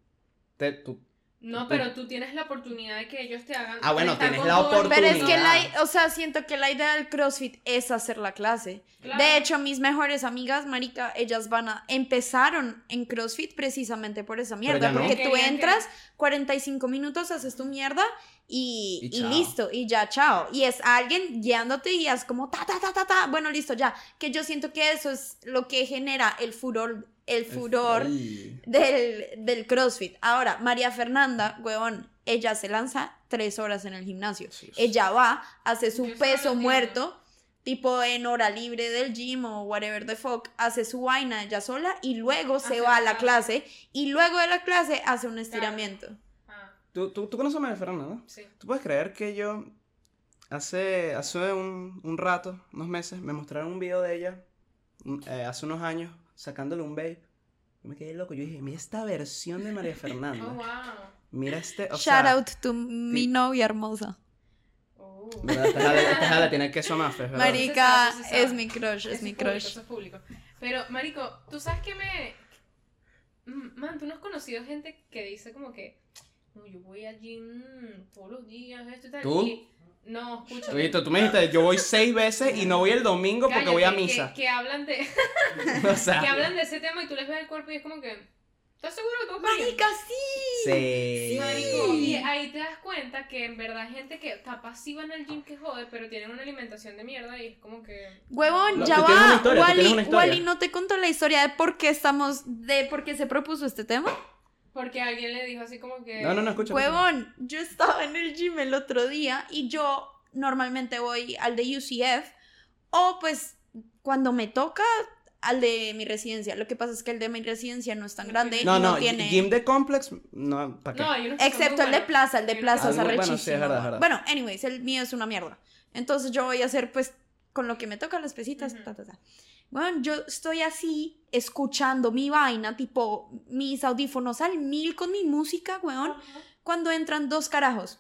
Te- tú- No, pero tú tienes la oportunidad de que ellos te hagan... Ah, bueno, estar tienes con la todo el- Pero es que Oportunidad. la, o sea, siento que la idea del CrossFit es hacer la clase. Claro. De hecho, mis mejores amigas, marica, ellas van a empezaron en CrossFit precisamente por esa mierda, ya no. porque tú Querían que- entras 45 minutos, haces tu mierda y, Y y chao. listo, y ya chao. Y es alguien guiándote y es como ta ta ta ta ta, bueno, listo ya, que yo siento que eso es lo que genera el furor el furor Ay. del, del CrossFit. Ahora, María Fernanda, huevón, ella se lanza tres horas en el gimnasio. Sí, sí. Ella va, hace Yo eso su no lo peso entiendo. muerto, tipo en hora libre del gym o whatever the fuck, hace su vaina ella sola y luego se Hace va la a la clase y luego de la clase hace un estiramiento. Ah, ¿Tú, tú, tú conoces a María Fernanda, ¿no? sí. ¿Tú puedes creer que yo hace, hace un, un rato, unos meses, me mostraron un video de ella un- eh, hace unos años sacándole un vape? Yo me quedé loco. Yo dije, mira esta versión de María Oh, Fernanda. wow. Mira este. O Shout sea, out to mi novia hermosa. Oh. ¿verdad? Esta jala- esta jala tiene queso más, es verdad. Mari- Marica Se sabe, se sabe. es mi crush, es Eso mi público, crush. eso es público. Pero, Marico, tú sabes que me. Mm, Man, tú no has conocido gente que dice como que. No, yo voy al gym todos los días, esto y tal. ¿Tú? y- No, escucha. Tú, dijiste- tú me dijiste, yo voy seis veces y no voy el domingo porque voy a Cállate, misa. Que, que hablan de, O sea, que hablan de ese tema y tú les ves el cuerpo y es como que. ¿Estás seguro que tú vas para allá?" Marica, sí. sí. Marico, y ahí te das cuenta que en verdad hay gente que capaz sí van al gym que jode, pero tienen una alimentación de mierda y es como que. Huevón, No, ya tú tienes una va. historia, tú tienes Wally, una historia. Wally no te contó la historia de por qué estamos, de por qué se propuso este tema. Porque alguien le dijo así como que. No, no, no, escucha. Huevón, yo estaba en el gym el otro día y yo normalmente voy al de UCF o pues cuando me toca al de mi residencia. Lo que pasa es que el de mi residencia no es tan grande. y No, No, no, tiene... gym de complex, no, ¿para qué? No, hay unos que son muy Excepto el de buenos. Plaza, el de Hay unos Plaza Ah, es bueno, sí, arrechísimo. es verdad, es verdad. Bueno, anyways, el mío es una mierda. Entonces yo voy a hacer, pues, con lo que me toca, las pesitas, Ujú. ta, ta, ta. Bueno, yo estoy así, escuchando mi vaina, tipo, mis audífonos al mil con mi música, weón, cuando entran dos carajos.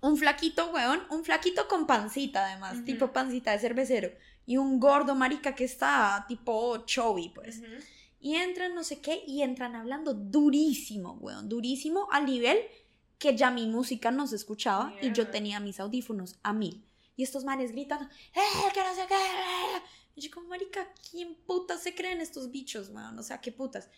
Un flaquito, weón, un flaquito con pancita, además, Ujú. tipo pancita de cervecero. Y un gordo marica que está, tipo, chubby, pues. Ujú. Y entran no sé qué y entran hablando durísimo, weón, durísimo al nivel que ya mi música no se escuchaba y yo Mierda. tenía mis audífonos a mil. Y estos manes gritan, ¡eh, que no sé qué! eh". Y yo como, marica, ¿quién puta se creen estos bichos, weón? O sea, ¿qué putas?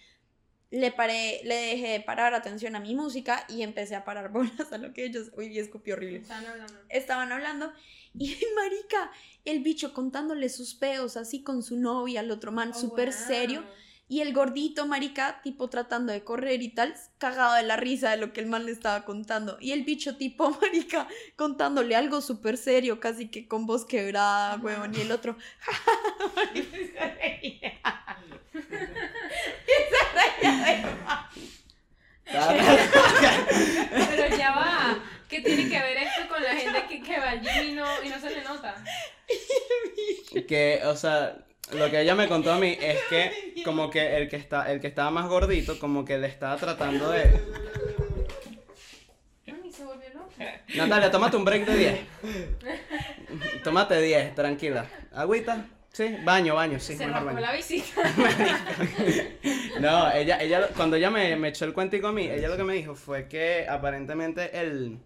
Le paré, le dejé de parar atención a mi música y empecé a parar bolas a lo que ellos... Uy, y escupí horrible Están hablando. estaban hablando y marica, el bicho contándole sus peos así con su novia, el otro man Oh, súper wow. serio y el gordito marica tipo tratando de correr y tal, cagado de la risa de lo que el man le estaba contando y el bicho tipo marica contándole algo súper serio, casi que con voz quebrada, Ajá. huevón, y el otro Ah, Pero ya va. ¿Qué tiene que ver esto con la gente que, que va al gym y no, y no se le nota? que, o sea, lo que ella me contó a mí es que como que el que está, el que estaba más gordito, como que le estaba tratando de. Mami, Ah, se volvió loca. Natalia, tómate un break de 10. Tómate 10, tranquila. Agüita, sí, baño, baño, sí. se mejor rascó baño. la visita. No, ella, ella, cuando ella me, me echó el cuentico a mí, ella lo que me dijo fue que aparentemente el,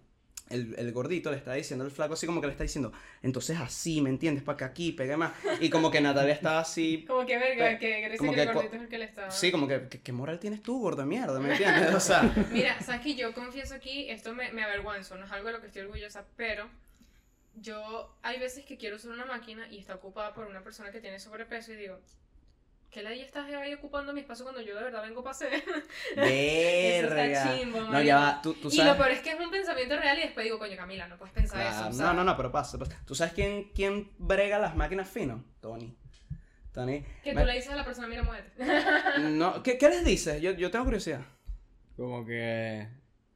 el, el gordito le está diciendo al flaco así como que le está diciendo, entonces así, ¿me entiendes? Para que aquí pegue más. Y como que Natalia estaba así, Como que verga, que parece Como que el que cua- gordito es el que le está. sí, como que, ¿qué, qué moral tienes tú, gordo de mierda? ¿Me entiendes? O sea, Mira, sabes que yo confieso aquí, esto me, me avergüenzo, no es algo de lo que estoy orgullosa, pero yo hay veces que quiero usar una máquina y está ocupada por una persona que tiene sobrepeso y digo, ¿qué la estás ahí ocupando mi espacio cuando yo de verdad vengo para hacer? Eso está verga. chimbo, No, marica. ya va, tú, tú Y lo sabes. peor es que es un pensamiento real y después digo, coño, Camila, no puedes pensar Ah, eso. o sea, no, no, no, pero pasa. pasa. ¿Tú sabes quién, quién brega las máquinas fino? Tony. Tony. Que Me- tú le dices a la persona, mira, muévete. Ah, No, ¿qué, qué les dices? Yo, yo tengo curiosidad. Como que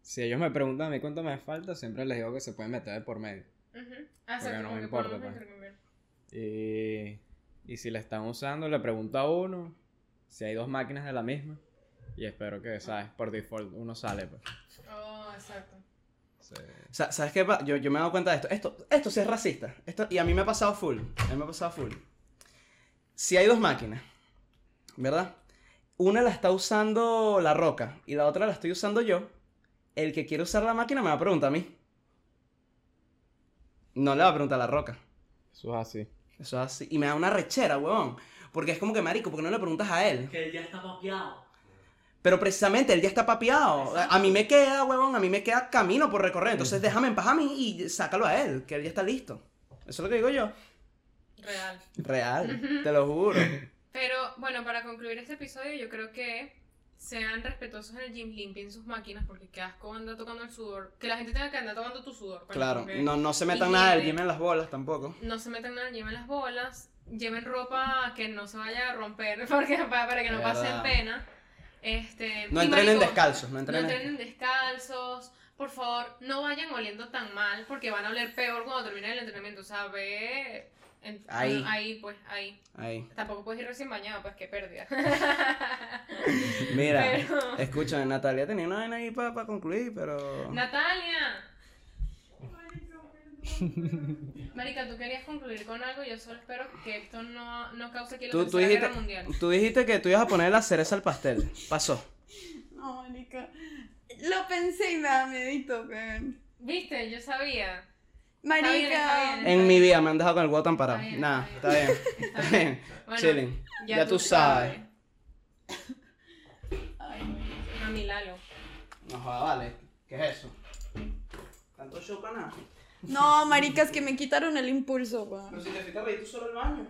si ellos me preguntan a mí cuánto me falta, siempre les digo que se pueden meter de por medio. Ujú. Ah, exacto, no como me que importa, podemos pues. intercambiar. Y, y si la están usando, le pregunto a uno si hay dos máquinas de la misma. Y espero que, ¿sabes? Por default uno sale. Pues. Oh, exacto. Sí. Sa- ¿Sabes qué? pa- Yo, yo me he dado cuenta de esto. Esto, esto sí es racista. Esto, y a mí me ha pasado full. A mí me ha pasado full. Si hay dos máquinas, ¿verdad? Una la está usando la roca y la otra la estoy usando yo. El que quiere usar la máquina me va a preguntar a mí. No le va a preguntar a la roca. Eso es así. Eso es así. Y me da una rechera, huevón. Porque es como que marico, porque no le preguntas a él. Que ya está mapeado. Pero precisamente él ya está papeado. A a mí me queda, huevón, a mí me queda camino por recorrer. Entonces déjame en paz a mí y sácalo a él, que él ya está listo. Eso es lo que digo yo. Real. Real, te lo juro. Pero bueno, para concluir este episodio, yo creo que sean respetuosos en el gym, limpien sus máquinas, porque qué asco andar tocando el sudor. Que la gente tenga que andar tocando tu sudor. coño, Claro, porque no, no se metan nada del Higiene. gym en las bolas tampoco. no se metan nada, lleven las bolas, lleven ropa que no se vaya a romper, porque, para, para que no Es pasen verdad. pena. Este, No y entrenen marico, descalzos, no No entrenen. entrenen descalzos. Por favor, no vayan oliendo tan mal porque van a oler peor cuando terminen el entrenamiento. O sea, ve. en- Ahí. bueno, ahí, pues, ahí. Ahí. Tampoco puedes ir recién bañado, pues qué pérdida. Mira, Pero- escúchame, Natalia tenía una vaina ahí para concluir, pero. Natalia. Marica, tú querías concluir con algo. Yo solo espero que esto no, no cause aquí la Tú, tú Tercera dijiste, guerra mundial. tú dijiste que tú ibas a poner la cereza al pastel. Pasó. No, marica. Lo pensé y me da medito, weón. Viste, yo sabía. Marica. bien, está bien. En mi vida me han dejado con el huevo tan parado. Está bien, Nada, está está bien. Está Está bien. bien. Bueno, Chilling. Ya tú sabes. Mami Lalo. No joda, vale. ¿Qué es eso? ¿Tanto show para nada? No, maricas, que me quitaron el impulso, weón. si te fijas, tú solo el baño.